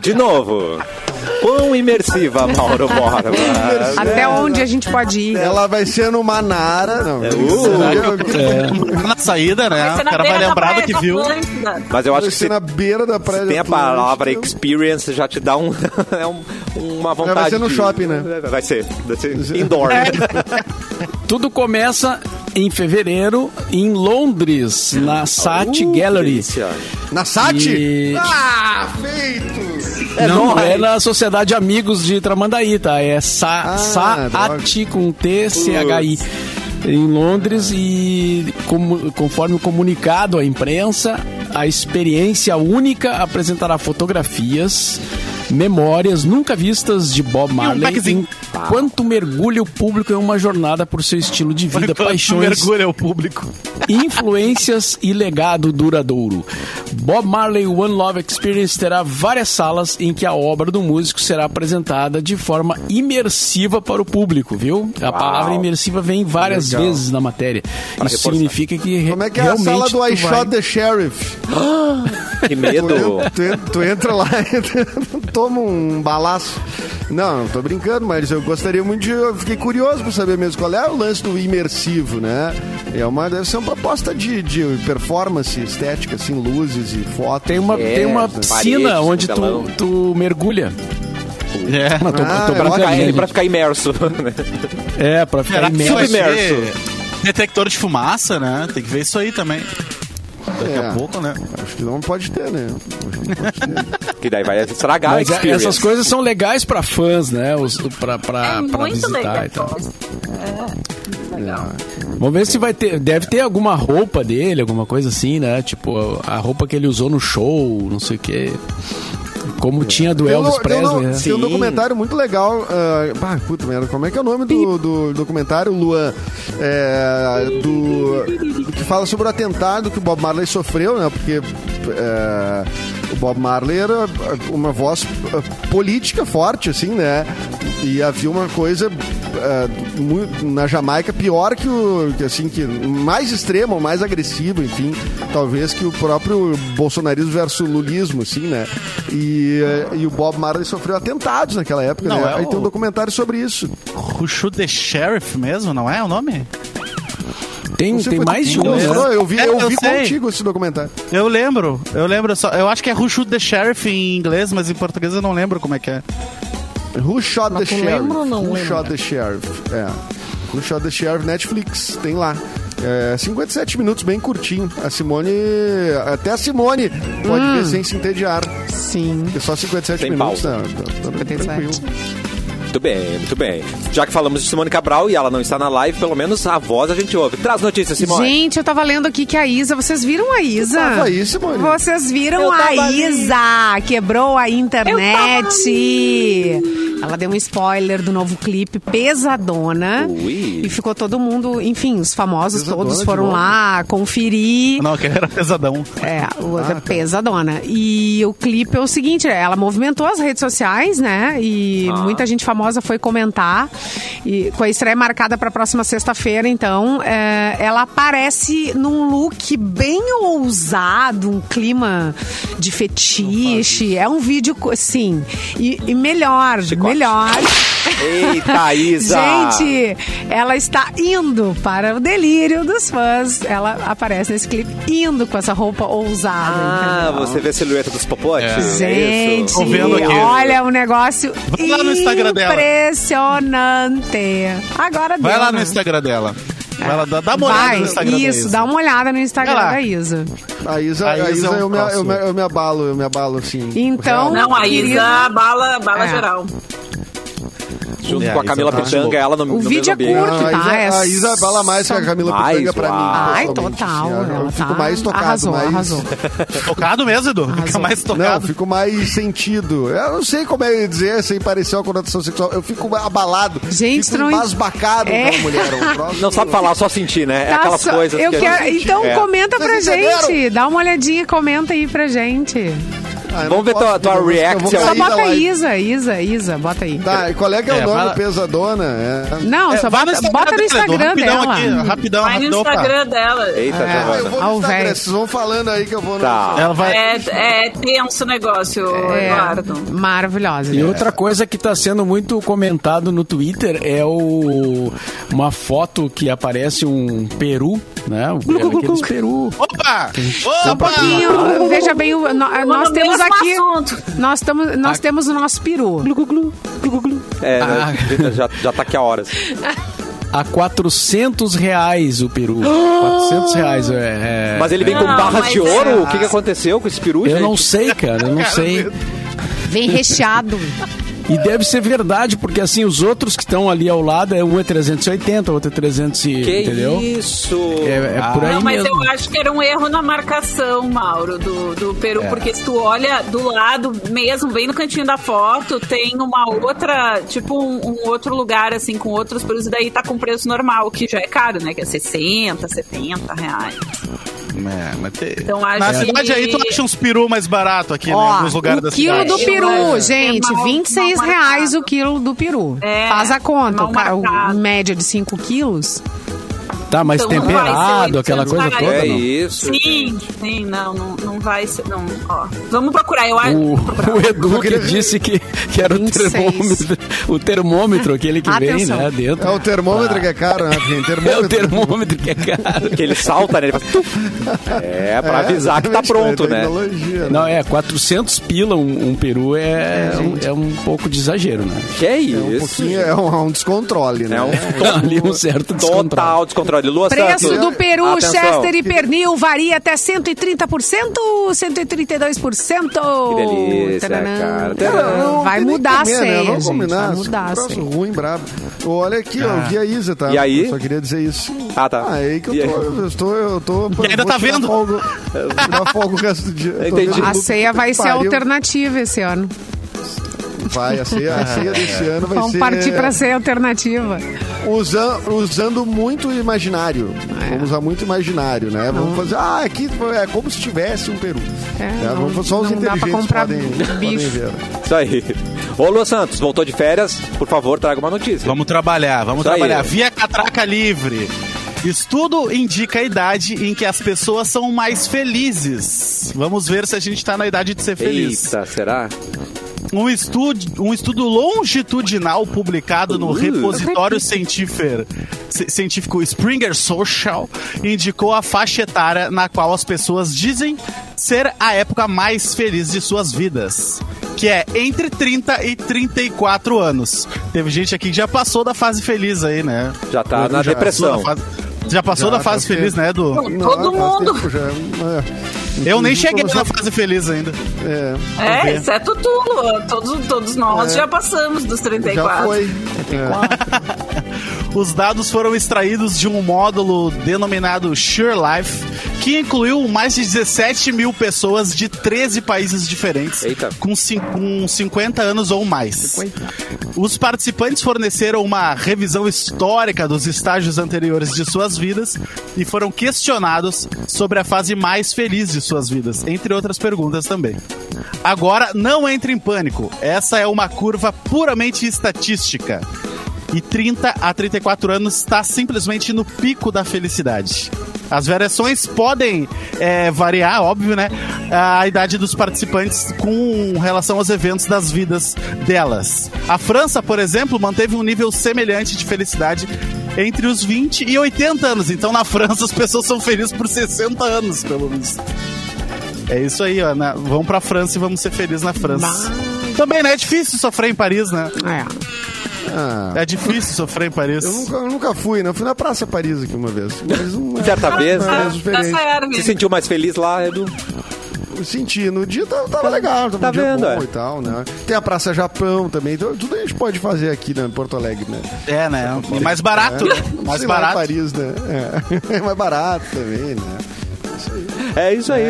Speaker 1: De novo. Quão imersiva, Mauro Borba. Tá
Speaker 3: Até onde a gente pode ir?
Speaker 6: Ela vai ser no Manara. Não,
Speaker 1: Uh,
Speaker 5: É,
Speaker 2: Na saída, né? O cara vai lembrar do que viu.
Speaker 1: Mas eu acho que
Speaker 6: vai
Speaker 1: se
Speaker 6: ser na beira da praia.
Speaker 1: tem a
Speaker 6: do
Speaker 1: palavra
Speaker 6: Atlântico.
Speaker 1: experience, já te dá um, é um- uma vontade.
Speaker 6: ser no
Speaker 1: de-
Speaker 6: shopping, né?
Speaker 1: Vai ser. Vai ser indoor.
Speaker 5: tudo começa em fevereiro em Londres, na Sat Gallery.
Speaker 1: Delícia.
Speaker 6: Na Sati?
Speaker 5: E-
Speaker 6: Ah, feito!
Speaker 1: É
Speaker 5: não
Speaker 1: nóis.
Speaker 5: é na Sociedade Amigos de Tramandaí, tá? É Sa
Speaker 6: Ah,
Speaker 5: Saati com T-C-H-I. Em Londres e como- conforme o comunicado à imprensa, a experiência única apresentará fotografias, memórias nunca vistas de Bob
Speaker 6: um
Speaker 5: Marley,
Speaker 2: packzinho.
Speaker 5: enquanto mergulha o público em uma jornada por seu estilo de vida, paixões,
Speaker 2: mergulha o público.
Speaker 5: Influências e legado duradouro. Bob Marley One Love Experience terá várias salas em que a obra do músico será apresentada de forma imersiva para o público, viu? A palavra imersiva vem várias vezes na matéria. Isso
Speaker 1: reforçar.
Speaker 5: significa que re-
Speaker 6: Como é que é a
Speaker 5: realmente
Speaker 6: sala do I
Speaker 5: tu vai-
Speaker 6: Shot the Sheriff?
Speaker 1: Que
Speaker 6: Tu,
Speaker 1: medo.
Speaker 6: en- tu en- tu entra lá e toma um balaço. Não, não tô brincando, mas eu gostaria muito de. Eu fiquei curioso pra saber mesmo qual é o lance do imersivo, né? É uma, deve ser uma proposta de, de performance estética, assim, luzes e fotos.
Speaker 5: Tem um uma,
Speaker 1: É,
Speaker 5: tem uma
Speaker 1: paredes,
Speaker 5: piscina onde
Speaker 1: telão.
Speaker 5: tu, tu mergulha.
Speaker 2: É.
Speaker 5: Não, tô,
Speaker 6: Ah,
Speaker 5: tô
Speaker 6: é
Speaker 5: brincando,
Speaker 1: Pra,
Speaker 5: né,
Speaker 1: ele, pra
Speaker 5: gente?
Speaker 1: ficar imerso.
Speaker 5: É, pra ficar
Speaker 2: Será que isso
Speaker 5: imerso.
Speaker 2: vai ser
Speaker 1: Imerso.
Speaker 2: detector de fumaça, né? Tem que ver isso aí também. Daqui
Speaker 6: É.
Speaker 2: a pouco, né?
Speaker 6: Acho que não pode ter, né?
Speaker 1: que daí vai estragar
Speaker 5: Mas
Speaker 1: a
Speaker 5: é-
Speaker 1: experience.
Speaker 5: essas coisas são legais pra fãs, né? Os, pra, pra,
Speaker 4: É
Speaker 5: pra
Speaker 4: muito
Speaker 5: visitar então.
Speaker 4: legal.
Speaker 5: e tal.
Speaker 4: É, legal.
Speaker 5: Vamos ver se vai ter. Deve ter alguma roupa dele, alguma coisa assim, né? Tipo, a roupa que ele usou no show, não sei o quê. Como tinha do
Speaker 6: Tem um-
Speaker 5: Elvis
Speaker 6: tem um-
Speaker 5: Presley. né?
Speaker 6: Tem um
Speaker 1: Sim.
Speaker 6: documentário muito legal. ah, bah, puta merda, como é que é o nome do, do documentário, Luan? É, do, que fala sobre o atentado que o Bob Marley sofreu, né? Porque é, o Bob Marley era uma voz ah, política forte, assim, né? E havia uma coisa ah, mu- na Jamaica pior que o. que, assim, que mais extrema, ou mais agressiva, enfim, talvez que o próprio bolsonarismo versus lulismo, assim, né? E, eh, e o Bob Marley sofreu atentados naquela época,
Speaker 2: Não,
Speaker 6: né?
Speaker 2: é
Speaker 6: Aí
Speaker 2: o-
Speaker 6: tem um documentário sobre isso.
Speaker 2: Who Shoot the Sheriff mesmo, não é o nome?
Speaker 5: Tem,
Speaker 6: Você
Speaker 5: tem
Speaker 6: foi-
Speaker 5: mais de
Speaker 6: tu
Speaker 5: um. né?
Speaker 6: mostrou? Eu vi,
Speaker 2: É,
Speaker 6: eu
Speaker 2: eu
Speaker 6: vi
Speaker 2: sei.
Speaker 6: contigo esse documentário.
Speaker 2: Eu lembro, eu lembro só. Eu acho que é Who Shoot the Sheriff em inglês, mas em português eu não lembro como é que é.
Speaker 6: Who Shot the
Speaker 5: tu
Speaker 6: Sheriff?
Speaker 5: lembra ou não
Speaker 6: Who
Speaker 5: lembra?
Speaker 6: Shot the Sheriff? É. Who Shot the Sheriff Netflix, tem lá. É, 57 minutos, bem curtinho. A Simone. Até a Simone pode
Speaker 3: Hum.
Speaker 6: ver sem se entediar.
Speaker 3: Sim.
Speaker 6: É só 57
Speaker 1: Sem
Speaker 6: minutos,
Speaker 1: pausa.
Speaker 6: né? Tá, tá bem
Speaker 3: 57.
Speaker 6: tranquilo.
Speaker 1: Muito bem, muito bem. Já que falamos de Simone Cabral e ela não está na live, pelo menos a voz a gente ouve. Traz
Speaker 6: é
Speaker 1: notícias, Simone.
Speaker 3: Gente, eu tava lendo aqui que a Isa, vocês viram a Isa?
Speaker 6: tava aí, Simone?
Speaker 3: Vocês viram
Speaker 1: Eu tava
Speaker 3: a
Speaker 1: ali.
Speaker 3: Isa, quebrou a
Speaker 4: Eu tava
Speaker 3: internet. Ela deu um spoiler do novo clipe Pesadona.
Speaker 1: Ui.
Speaker 3: E ficou todo mundo, enfim, os famosos
Speaker 6: Pesadona
Speaker 3: todos
Speaker 6: de
Speaker 3: foram
Speaker 6: novo.
Speaker 3: lá conferir.
Speaker 2: Não, aquele era pesadão.
Speaker 3: É, o pesadona. E o clipe é o seguinte, ela movimentou as redes sociais, né? E muita gente famosa foi comentar. E com a estreia marcada para próxima sexta-feira, então, é, ela aparece num look bem ousado, um clima de fetiche. É um vídeo, co- sim. E, e melhor,
Speaker 1: Chicote.
Speaker 3: melhor.
Speaker 1: Eita, Isa!
Speaker 3: Gente, ela está indo para o delírio dos fãs. Ela aparece nesse clipe indo com essa roupa ousada.
Speaker 1: Ah,
Speaker 3: entendeu?
Speaker 1: você vê a silhueta dos popotes? É
Speaker 3: Gente,
Speaker 1: isso.
Speaker 2: Tô vendo aqui.
Speaker 3: olha um negócio
Speaker 2: Vai lá no Instagram dela.
Speaker 3: impressionante. Agora
Speaker 2: Vai
Speaker 3: deu,
Speaker 2: lá
Speaker 3: né?
Speaker 2: no Instagram dela. Vai lá, dá, dá uma olhada
Speaker 3: Vai,
Speaker 2: no Instagram
Speaker 3: isso,
Speaker 2: da Isa.
Speaker 3: dá um uma olhada no Instagram
Speaker 2: Vai lá.
Speaker 3: da Isa.
Speaker 6: A Isa,
Speaker 2: A
Speaker 6: a
Speaker 2: Isa
Speaker 6: Isa,
Speaker 2: é um
Speaker 6: eu, me, eu,
Speaker 2: próximo.
Speaker 6: me, eu me abalo, eu me abalo, assim.
Speaker 3: Então-
Speaker 6: real.
Speaker 4: Não, a
Speaker 3: Querido.
Speaker 4: Isa bala, bala
Speaker 3: É.
Speaker 4: geral.
Speaker 7: junto
Speaker 2: É,
Speaker 7: com a Camila
Speaker 2: isso é
Speaker 7: Pitanga, ela no, no
Speaker 3: O vídeo é
Speaker 7: mesmo ambiente.
Speaker 3: curto. Curte,
Speaker 6: a,
Speaker 3: tá?
Speaker 6: Isa, a
Speaker 3: É
Speaker 6: Isa fala mais que a Camila
Speaker 7: mais,
Speaker 6: Pitanga pra mim.
Speaker 7: uau.
Speaker 3: Ai,
Speaker 6: pessoalmente,
Speaker 3: total.
Speaker 6: assim, eu- eu
Speaker 3: ela
Speaker 6: fico
Speaker 3: tá-
Speaker 6: mais tocado,
Speaker 3: arrasou,
Speaker 6: mais...
Speaker 3: arrasou.
Speaker 2: Tá Tocado mesmo, Edu? Fica
Speaker 3: Arrasou.
Speaker 2: mais
Speaker 6: Não, eu
Speaker 2: tocado.
Speaker 6: fico mais sentido. Eu não sei como é dizer sem parecer uma conotação sexual. Eu fico abalado.
Speaker 3: Gente,
Speaker 6: fico
Speaker 3: não-
Speaker 6: embasbacado
Speaker 3: É.
Speaker 6: com a mulher. Um troço-
Speaker 7: Não sabe falar, só sentir, né? É
Speaker 3: Tá,
Speaker 7: aquelas
Speaker 3: só-
Speaker 7: coisas
Speaker 3: eu
Speaker 7: que a
Speaker 3: quero-
Speaker 7: gente-
Speaker 3: Então
Speaker 7: É.
Speaker 3: comenta pra
Speaker 6: Vocês entenderam?
Speaker 3: gente. Dá uma olhadinha, comenta aí pra gente.
Speaker 6: Ah, eu
Speaker 7: Vamos
Speaker 6: não
Speaker 7: ver
Speaker 6: posso
Speaker 7: tua- tua
Speaker 6: pedir música, eu vou
Speaker 2: Então,
Speaker 7: reaction.
Speaker 3: Só
Speaker 6: cair da
Speaker 3: bota
Speaker 6: live.
Speaker 3: Isa, Isa, Isa, bota aí.
Speaker 6: Tá, e qual é que é,
Speaker 2: É,
Speaker 6: o nome
Speaker 2: fala-
Speaker 6: pesadona? É-
Speaker 3: Não, só
Speaker 2: Vai
Speaker 3: bota, bota no
Speaker 2: dela, Edu,
Speaker 3: Instagram
Speaker 2: rapidão
Speaker 3: dela.
Speaker 2: Aqui, rapidão,
Speaker 4: Vai no
Speaker 2: rapidão. pá.
Speaker 4: Instagram dela.
Speaker 7: Eita,
Speaker 6: Ah, eu
Speaker 7: Giovana.
Speaker 6: vou
Speaker 3: Ah, o
Speaker 6: no Instagram,
Speaker 3: velho.
Speaker 6: vocês vão falando aí que eu vou no
Speaker 7: Tá.
Speaker 2: Ela vai...
Speaker 4: É, é tenso o negócio, Eduardo.
Speaker 3: É, maravilhosa.
Speaker 5: E outra coisa que está sendo muito comentado no Twitter é o uma foto que aparece um peru, né? O aqueles peru.
Speaker 2: Opa! Opa!
Speaker 3: Pouquinho, veja bem, o- no- nós
Speaker 4: no
Speaker 3: temos
Speaker 4: mesmo
Speaker 3: aqui.
Speaker 4: assunto.
Speaker 3: Nós, tamo, nós temos o nosso peru.
Speaker 7: É,
Speaker 5: Ah.
Speaker 7: né? já, já tá aqui a horas.
Speaker 5: A 400 reais o peru. 400 reais, é. é.
Speaker 7: Mas ele vem com
Speaker 4: Não,
Speaker 7: barras
Speaker 4: mas
Speaker 7: de
Speaker 4: é-
Speaker 7: ouro? O que, que aconteceu com esse peru,
Speaker 5: Eu
Speaker 7: gente?
Speaker 5: não sei, cara, eu não sei.
Speaker 3: Vem recheado.
Speaker 5: E deve ser verdade, porque assim, os outros que estão ali ao lado, é um é 380, o outro é 300, e-
Speaker 7: Que
Speaker 5: entendeu?
Speaker 7: isso?
Speaker 5: É, é por aí
Speaker 4: Não, Ah, mas
Speaker 5: mesmo.
Speaker 4: eu acho que era um erro na marcação, Mauro, do, do
Speaker 5: É.
Speaker 4: Peru, porque se tu olha do lado mesmo, bem no cantinho da foto, tem uma outra, tipo um, um outro lugar, assim, com outros perus, e daí tá com preço normal, que já é caro, né? Que é 60, 70 reais.
Speaker 2: É, mas tem-
Speaker 4: Então, acho
Speaker 2: Na
Speaker 4: que-
Speaker 2: cidade aí tu acha uns peru mais barato aqui, né? Em
Speaker 3: Ó,
Speaker 2: alguns lugares da
Speaker 3: o quilo
Speaker 2: cidade.
Speaker 3: do peru,
Speaker 4: Eu-
Speaker 3: gente,
Speaker 4: É mal-
Speaker 3: 26
Speaker 4: mal
Speaker 3: reais
Speaker 4: marcado.
Speaker 3: o quilo do peru.
Speaker 4: É,
Speaker 3: Faz a conta,
Speaker 4: mal
Speaker 3: o, ca- o-
Speaker 4: marcado.
Speaker 3: média de 5 quilos.
Speaker 5: Tá, mas
Speaker 4: Então não vai ser
Speaker 5: temperado, aquela coisa
Speaker 4: oitocentos
Speaker 5: toda,
Speaker 7: É
Speaker 5: não.
Speaker 7: isso.
Speaker 4: Sim, sim, não, não, não vai ser. Não, ó. Vamos procurar, eu acho.
Speaker 5: O, o Edu que disse que, que era o
Speaker 3: 26.
Speaker 5: termômetro, o termômetro, aquele que vem,
Speaker 3: Atenção.
Speaker 5: né, dentro.
Speaker 6: É o
Speaker 7: Ah.
Speaker 6: termômetro que é caro, né? Fih?
Speaker 5: É
Speaker 6: Termômetro.
Speaker 5: o termômetro que é caro.
Speaker 7: Que ele salta, né? Ele faz... tuf. É, pra avisar que tá
Speaker 6: exatamente,
Speaker 7: pronto,
Speaker 6: é
Speaker 7: né?
Speaker 6: tecnologia, né?
Speaker 5: Não, é, 400 pila um, um peru é, é, um, é um pouco de exagero, né?
Speaker 7: Que
Speaker 6: Um
Speaker 7: isso?
Speaker 6: pouquinho é um, é um descontrole, né?
Speaker 7: É um
Speaker 5: Ali um certo descontrole.
Speaker 7: total descontrole. Lua
Speaker 1: Tá
Speaker 3: Preço
Speaker 7: Santos.
Speaker 3: do peru,
Speaker 7: Atenção.
Speaker 3: Chester e pernil varia até 130%, 132%.
Speaker 7: Que delícia,
Speaker 3: Taranã.
Speaker 7: cara.
Speaker 6: Cara, não
Speaker 3: É, Vai
Speaker 6: tem nem
Speaker 3: mudar a
Speaker 6: comer, né?
Speaker 3: ceia,
Speaker 6: Vamos
Speaker 3: gente.
Speaker 6: combinar.
Speaker 3: Vai mudar a Ah.
Speaker 6: Esse troço
Speaker 3: ceia.
Speaker 6: ruim, brabo. Olha aqui, ó, eu vi a Isa, tá?
Speaker 7: E aí?
Speaker 6: Eu só queria dizer isso.
Speaker 7: Ah, tá.
Speaker 6: Ah, é aí que
Speaker 7: E
Speaker 6: eu tô.
Speaker 7: aí?
Speaker 6: Eu tô, eu tô eu
Speaker 2: ainda
Speaker 6: vou
Speaker 2: tá
Speaker 6: tirar
Speaker 2: vendo?
Speaker 6: Folga, tirar folga o resto do dia. Eu tô
Speaker 7: Entendi.
Speaker 6: vendo
Speaker 3: A
Speaker 6: tudo
Speaker 3: ceia
Speaker 6: que
Speaker 3: vai ser
Speaker 6: pariu.
Speaker 3: alternativa esse ano.
Speaker 6: Vai, a ceia, a ceia desse ano vai
Speaker 3: Vamos
Speaker 6: ser.
Speaker 3: partir pra ceia alternativa.
Speaker 6: usa- usando muito o imaginário.
Speaker 3: É.
Speaker 6: Vamos usar muito imaginário, né? Vamos fazer. Ah, aqui é como se tivesse um peru.
Speaker 3: É,
Speaker 6: Né?
Speaker 3: não-
Speaker 6: Vamos- só os
Speaker 3: não dá pra
Speaker 6: inteligentes
Speaker 3: comprar
Speaker 6: podem,
Speaker 3: bicho.
Speaker 6: podem ver.
Speaker 7: Isso aí. Ô, Lua Santos, voltou de férias? Por favor, traga uma notícia.
Speaker 2: Vamos trabalhar, vamos
Speaker 7: Isso aí.
Speaker 2: trabalhar. Via Catraca Livre. Estudo indica a idade em que as pessoas são mais felizes. Vamos ver se a gente tá na idade de ser feliz.
Speaker 7: Eita, será?
Speaker 2: Um estudo, um estudo longitudinal publicado no
Speaker 7: Uh.
Speaker 2: repositório científico, ci- científico Springer Social indicou a faixa etária na qual as pessoas dizem ser a época mais feliz de suas vidas, que é entre 30 e 34 anos. Teve gente aqui que já passou da fase feliz aí, né?
Speaker 7: Já tá
Speaker 2: Edu
Speaker 7: na
Speaker 2: já
Speaker 7: depressão.
Speaker 2: passou da fase- Já passou
Speaker 6: Já
Speaker 2: da fase
Speaker 6: tá
Speaker 2: feliz,
Speaker 6: fe-
Speaker 2: né, Edu?
Speaker 6: Não,
Speaker 4: Todo
Speaker 6: faz
Speaker 4: mundo.
Speaker 6: tempo já, é.
Speaker 2: Eu nem
Speaker 6: Inclusive,
Speaker 2: cheguei
Speaker 6: quando
Speaker 2: na
Speaker 6: eu-
Speaker 2: fase feliz ainda.
Speaker 6: É,
Speaker 4: É, exceto tu, Lua. Todos, todos nós
Speaker 6: É.
Speaker 4: já passamos dos
Speaker 6: já
Speaker 4: 34.
Speaker 6: foi. É.
Speaker 2: Os dados foram extraídos de um módulo denominado Sure Life, que incluiu mais de 17 mil pessoas de 13 países diferentes,
Speaker 7: Eita.
Speaker 2: com, cin- com 50 anos ou mais. Os participantes forneceram uma revisão histórica dos estágios anteriores de suas vidas e foram questionados sobre a fase mais feliz de suas vidas, entre outras perguntas também. Agora, não entre em pânico. Essa é uma curva puramente estatística e 30 a 34 anos está simplesmente no pico da felicidade. As variações podem é, variar, óbvio, né? A idade dos participantes com relação aos eventos das vidas delas. A França, por exemplo, manteve um nível semelhante de felicidade entre os 20 e 80 anos. Então, na França, as pessoas são felizes por 60 anos, pelo visto. É isso aí, ó. Na- vamos pra França e vamos ser felizes na França. Também, né? É difícil sofrer em Paris, né?
Speaker 3: É.
Speaker 6: Ah,
Speaker 2: É difícil sofrer em Paris.
Speaker 6: eu, nunca, eu nunca fui, né? Eu fui na Praça Paris aqui uma vez. Mas é, uma,
Speaker 7: Certa vez,
Speaker 6: uma
Speaker 7: né?
Speaker 6: vez
Speaker 4: Tá
Speaker 6: diferente.
Speaker 7: Se
Speaker 4: certo.
Speaker 7: sentiu mais feliz lá, Edu?
Speaker 6: senti. No dia tava, tava legal, tava
Speaker 7: tá
Speaker 6: um dia
Speaker 7: vendo,
Speaker 6: bom
Speaker 7: é.
Speaker 6: e tal, né? Tem a Praça Japão também, então tudo a gente pode fazer aqui né, em Porto Alegre, né?
Speaker 2: É, né? E mais barato, né? Mais
Speaker 6: Sei lá, em
Speaker 2: barato.
Speaker 6: Paris, né? É. mais barato também, né?
Speaker 7: É isso aí.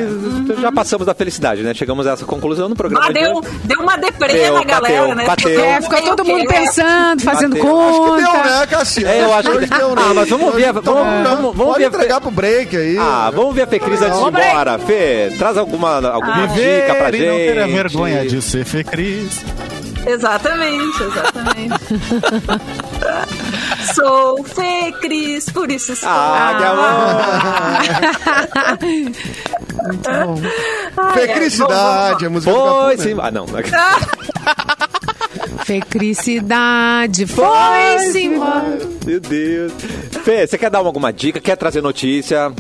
Speaker 7: Já passamos da felicidade, né? Chegamos a essa conclusão no programa.
Speaker 4: Ah,
Speaker 7: de
Speaker 4: deu,
Speaker 7: hoje.
Speaker 4: deu uma deprê
Speaker 7: Deu,
Speaker 4: na galera,
Speaker 7: bateu,
Speaker 4: né?
Speaker 7: bateu.
Speaker 4: Todo
Speaker 7: É,
Speaker 3: É,
Speaker 4: mundo
Speaker 3: ficou
Speaker 4: meio
Speaker 3: todo mundo
Speaker 4: que-
Speaker 3: pensando, fazendo
Speaker 7: Bateu.
Speaker 6: né? Acho que deu, né,
Speaker 3: conta.
Speaker 6: Cassiano?
Speaker 7: É, eu acho que
Speaker 6: Hoje
Speaker 7: deu.
Speaker 6: deu, né?
Speaker 7: Ah, mas vamos ver,
Speaker 6: Então,
Speaker 7: vamos-
Speaker 6: né?
Speaker 7: vamos- vamos
Speaker 6: pode
Speaker 7: ver-
Speaker 6: entregar pro break aí.
Speaker 7: Ah,
Speaker 6: né?
Speaker 7: vamos ver a Fê Cris antes de ir
Speaker 6: Vamos,
Speaker 7: embora. Fê, traz alguma,
Speaker 3: Ah.
Speaker 7: alguma dica pra
Speaker 2: Viver e não ter a
Speaker 7: gente.
Speaker 2: vergonha de ser fecris.
Speaker 4: Exatamente, exatamente. Sou Fê Cris, por isso estou.
Speaker 7: Ah, que amor.
Speaker 4: Ai, ai,
Speaker 6: Fecricidade, é música do Capu,
Speaker 7: Foi
Speaker 6: né?
Speaker 7: sim. Ah, não.
Speaker 3: Fecricidade foi-se embora.
Speaker 7: Meu Deus. Fê, você quer dar alguma dica? Quer trazer notícia?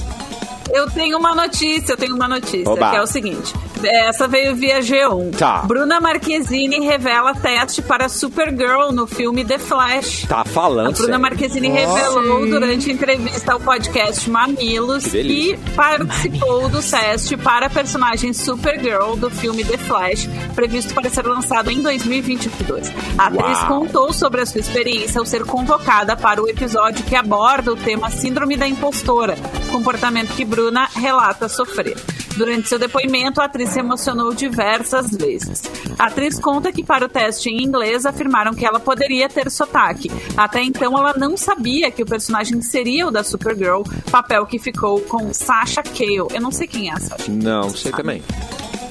Speaker 4: Eu tenho uma notícia, eu tenho uma notícia,
Speaker 7: Oba.
Speaker 4: que é o seguinte. Essa veio via G1.
Speaker 7: Tá.
Speaker 4: Bruna Marquezine revela teste para Supergirl no filme The Flash.
Speaker 7: Tá
Speaker 4: A
Speaker 7: falando.
Speaker 4: Bruna
Speaker 7: sério.
Speaker 4: Marquezine revelou durante entrevista ao podcast Mamilos
Speaker 7: Que
Speaker 4: que
Speaker 7: delícia.
Speaker 4: participou do teste para a personagem Supergirl do filme The Flash, previsto para ser lançado em 2022. A atriz
Speaker 7: Uau.
Speaker 4: contou sobre a sua experiência ao ser convocada para o episódio que aborda o tema Síndrome da Impostora, comportamento que Bruna relata sofrer. Durante seu depoimento, a atriz se emocionou diversas vezes. A atriz conta que para o teste em inglês afirmaram que ela poderia ter sotaque. Até então, ela não sabia que o personagem seria o da Supergirl, papel que ficou com Sasha Cale. Eu não sei quem é a Sasha.
Speaker 7: Não, sei também.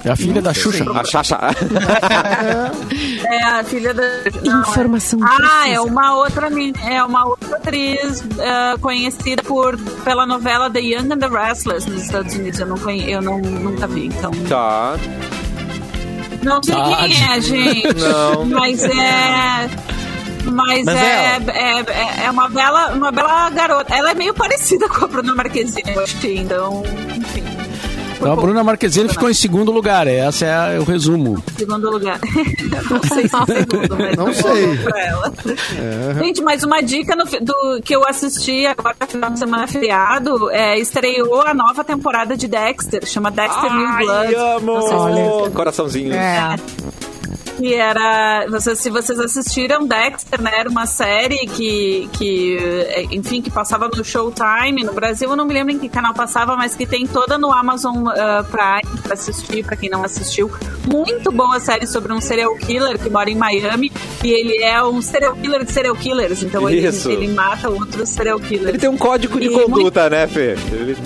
Speaker 5: É a filha da Xuxa.
Speaker 7: A Xaxa.
Speaker 4: É a filha da. não,
Speaker 3: Informação
Speaker 4: é. Ah,
Speaker 3: precisa.
Speaker 4: é uma outra meni- é uma outra atriz eh, conhecida por pela novela The Young and the Restless nos Estados Unidos. Eu não conhe, eu não nunca vi, então.
Speaker 7: Tá.
Speaker 4: Não sei quem é, gente.
Speaker 7: Não.
Speaker 4: Mas é mas,
Speaker 2: Mas
Speaker 4: é,
Speaker 2: ela.
Speaker 4: é, é- é uma bela uma bela garota. Ela é meio parecida com a Bruna Marquezine, eu acho que, então, enfim. Foi
Speaker 5: Então a
Speaker 4: bom.
Speaker 5: Bruna Marquezine ficou em segundo lugar. Essa é a- o resumo.
Speaker 4: Segundo lugar. Não sei se é segundo, mas
Speaker 6: Não
Speaker 4: eu vou
Speaker 6: sei.
Speaker 4: pra ela. Gente, mas uma dica no fi- do, que eu assisti agora no final de semana feriado é, estreou a nova temporada de Dexter, chama Dexter New um Blood.
Speaker 7: Ai,
Speaker 4: Não sei se
Speaker 7: amo. Coraçãozinho.
Speaker 3: É.
Speaker 4: que era. Vocês, se vocês assistiram Dexter, né? Era uma série que, que, eh, enfim, que passava no Showtime no Brasil. Eu não me lembro em que canal passava, mas que tem toda no Amazon ah, Prime pra assistir, pra quem não assistiu. Muito boa série sobre um serial killer que mora em Miami. E ele é um serial killer de serial killers. Então ele,
Speaker 7: Isso.
Speaker 4: ele mata outros serial killers.
Speaker 7: Ele tem um código de
Speaker 4: E é
Speaker 7: conduta, né, Fê? Ele-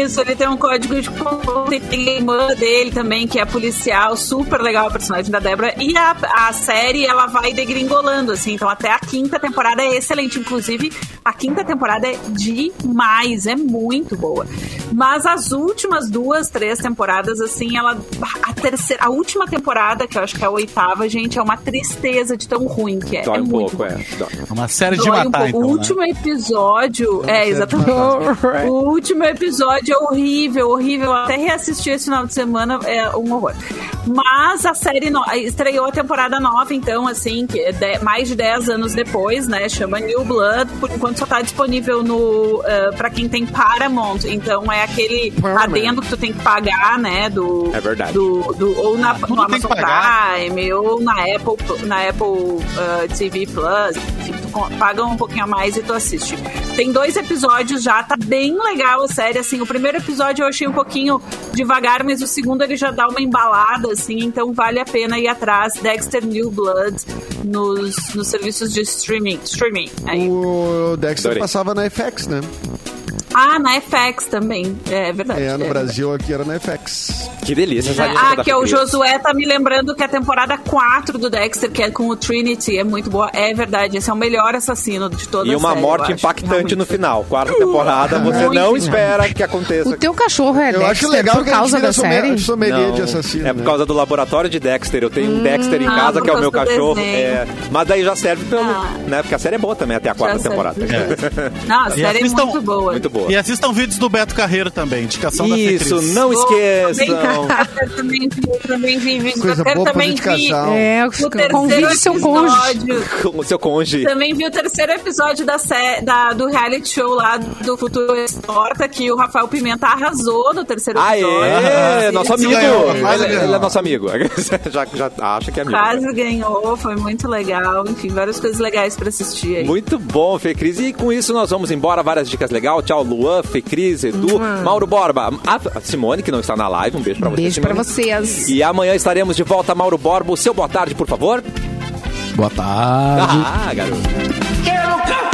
Speaker 4: Isso, ele tem um código de conduta e tem a irmã dele também, que é policial, super legal a personagem da Débora. E a, a série, ela vai degringolando, assim, então até a quinta temporada é excelente. Inclusive, a quinta temporada é demais, é muito boa. Mas as últimas duas, três temporadas, assim, ela. A terceira, a última temporada, que eu acho que é a oitava, gente, é uma tristeza de tão ruim que é.
Speaker 7: Dói
Speaker 4: é
Speaker 7: um
Speaker 4: muito
Speaker 7: pouco, é. Dói.
Speaker 2: Uma série de
Speaker 4: Dói um
Speaker 2: matar,
Speaker 4: pouco.
Speaker 2: então.
Speaker 4: O
Speaker 2: né?
Speaker 4: último episódio. É, exatamente. O último episódio é horrível, horrível. Eu Até reassistir esse final de semana é um horror. Mas a série no- estreou a temporada nova, então, assim, que é de- mais de 10 anos depois, né? Chama New Blood. Por enquanto só tá disponível no eh, pra quem tem Paramount. Então é aquele
Speaker 6: Paramount.
Speaker 4: adendo que tu tem que pagar, né? Do,
Speaker 7: É verdade.
Speaker 4: do- do- ou na,
Speaker 2: Ah,
Speaker 4: no
Speaker 2: tudo tem que
Speaker 4: Amazon
Speaker 2: pagar.
Speaker 4: Prime, ou Ah, é na Apple, na Apple ah, TV Plus, enfim, tu co- paga um pouquinho a mais e tu assiste. Tem dois episódios já, tá bem legal a série, assim, o primeiro episódio eu achei um pouquinho devagar, mas o segundo ele já dá uma embalada, assim, então vale a pena ir atrás, Dexter New Blood nos, nos serviços de streaming, streaming aí.
Speaker 6: O Dexter
Speaker 7: Adorei.
Speaker 6: passava na FX, né?
Speaker 4: Ah, na FX também, é verdade.
Speaker 6: É, no
Speaker 4: é.
Speaker 6: Brasil aqui era na FX.
Speaker 7: Que delícia essa dica
Speaker 4: Ah,
Speaker 7: da Fê
Speaker 4: que é o
Speaker 7: Cris.
Speaker 4: Josué tá me lembrando que a temporada 4 do Dexter, que é com o Trinity, é muito boa. É verdade, esse é o melhor assassino de toda a
Speaker 7: E uma
Speaker 4: série,
Speaker 7: morte
Speaker 4: eu acho.
Speaker 7: impactante
Speaker 4: Realmente.
Speaker 7: no final. Quarta temporada, você
Speaker 4: Muito
Speaker 7: não
Speaker 4: bom.
Speaker 7: espera que
Speaker 3: O
Speaker 7: aconteça.
Speaker 3: teu cachorro é
Speaker 6: Eu acho
Speaker 3: Dexter
Speaker 6: legal
Speaker 3: por
Speaker 6: que a gente
Speaker 3: causa
Speaker 6: vira
Speaker 3: da série?
Speaker 6: sommelier, sommelier
Speaker 7: Não,
Speaker 6: de assassino. né?
Speaker 7: é por causa do laboratório de Dexter. Eu tenho um Dexter em
Speaker 4: Ah,
Speaker 7: casa,
Speaker 4: por
Speaker 7: que é o meu
Speaker 4: causa do
Speaker 7: cachorro.
Speaker 4: desenho.
Speaker 7: É, mas daí já serve pelo.
Speaker 4: Ah.
Speaker 7: Né, porque a série é boa também até a quarta
Speaker 4: Já serve.
Speaker 7: temporada.
Speaker 4: Não, a
Speaker 2: E
Speaker 4: série é
Speaker 2: assistam-
Speaker 4: muito boa.
Speaker 7: Muito boa.
Speaker 2: E assistam vídeos do Beto Carreiro também, indicação da
Speaker 1: Isso,
Speaker 2: Fecris.
Speaker 1: não
Speaker 4: tá
Speaker 1: esqueçam.
Speaker 4: Eu também, eu também vi vídeos.
Speaker 6: Coisa
Speaker 4: eu quero
Speaker 6: boa pra
Speaker 4: também
Speaker 6: gente
Speaker 4: vi
Speaker 6: casar.
Speaker 3: É,
Speaker 4: o terceiro
Speaker 3: convide seu cônjuge.
Speaker 4: episódio.
Speaker 1: Com o seu conge.
Speaker 4: Também vi o terceiro episódio da, sé- da- do reality show lá do Futuro Exporta, que o Rafael Pimenta arrasou no terceiro
Speaker 1: Aê,
Speaker 4: episódio.
Speaker 1: é nosso amigo.
Speaker 2: ganhou,
Speaker 1: Ele,
Speaker 2: quase ganhou.
Speaker 1: ele é nosso amigo. já, já acha que é amigo. né?
Speaker 4: Quase ganhou, foi muito legal. Enfim, várias coisas legais pra assistir aí.
Speaker 1: Muito bom, Fê Cris. E com isso nós vamos embora. Várias dicas legais. Tchau, Luan, Fê Cris, Edu,
Speaker 4: Uhum.
Speaker 1: Mauro Borba. A a Simone, que não está na live. Um beijo pra você.
Speaker 3: Beijo pra
Speaker 1: Simone.
Speaker 3: vocês.
Speaker 1: E amanhã estaremos de volta, Mauro Borba. O seu boa tarde, por favor.
Speaker 5: Boa tarde.
Speaker 1: Ah, garoto.
Speaker 8: Quero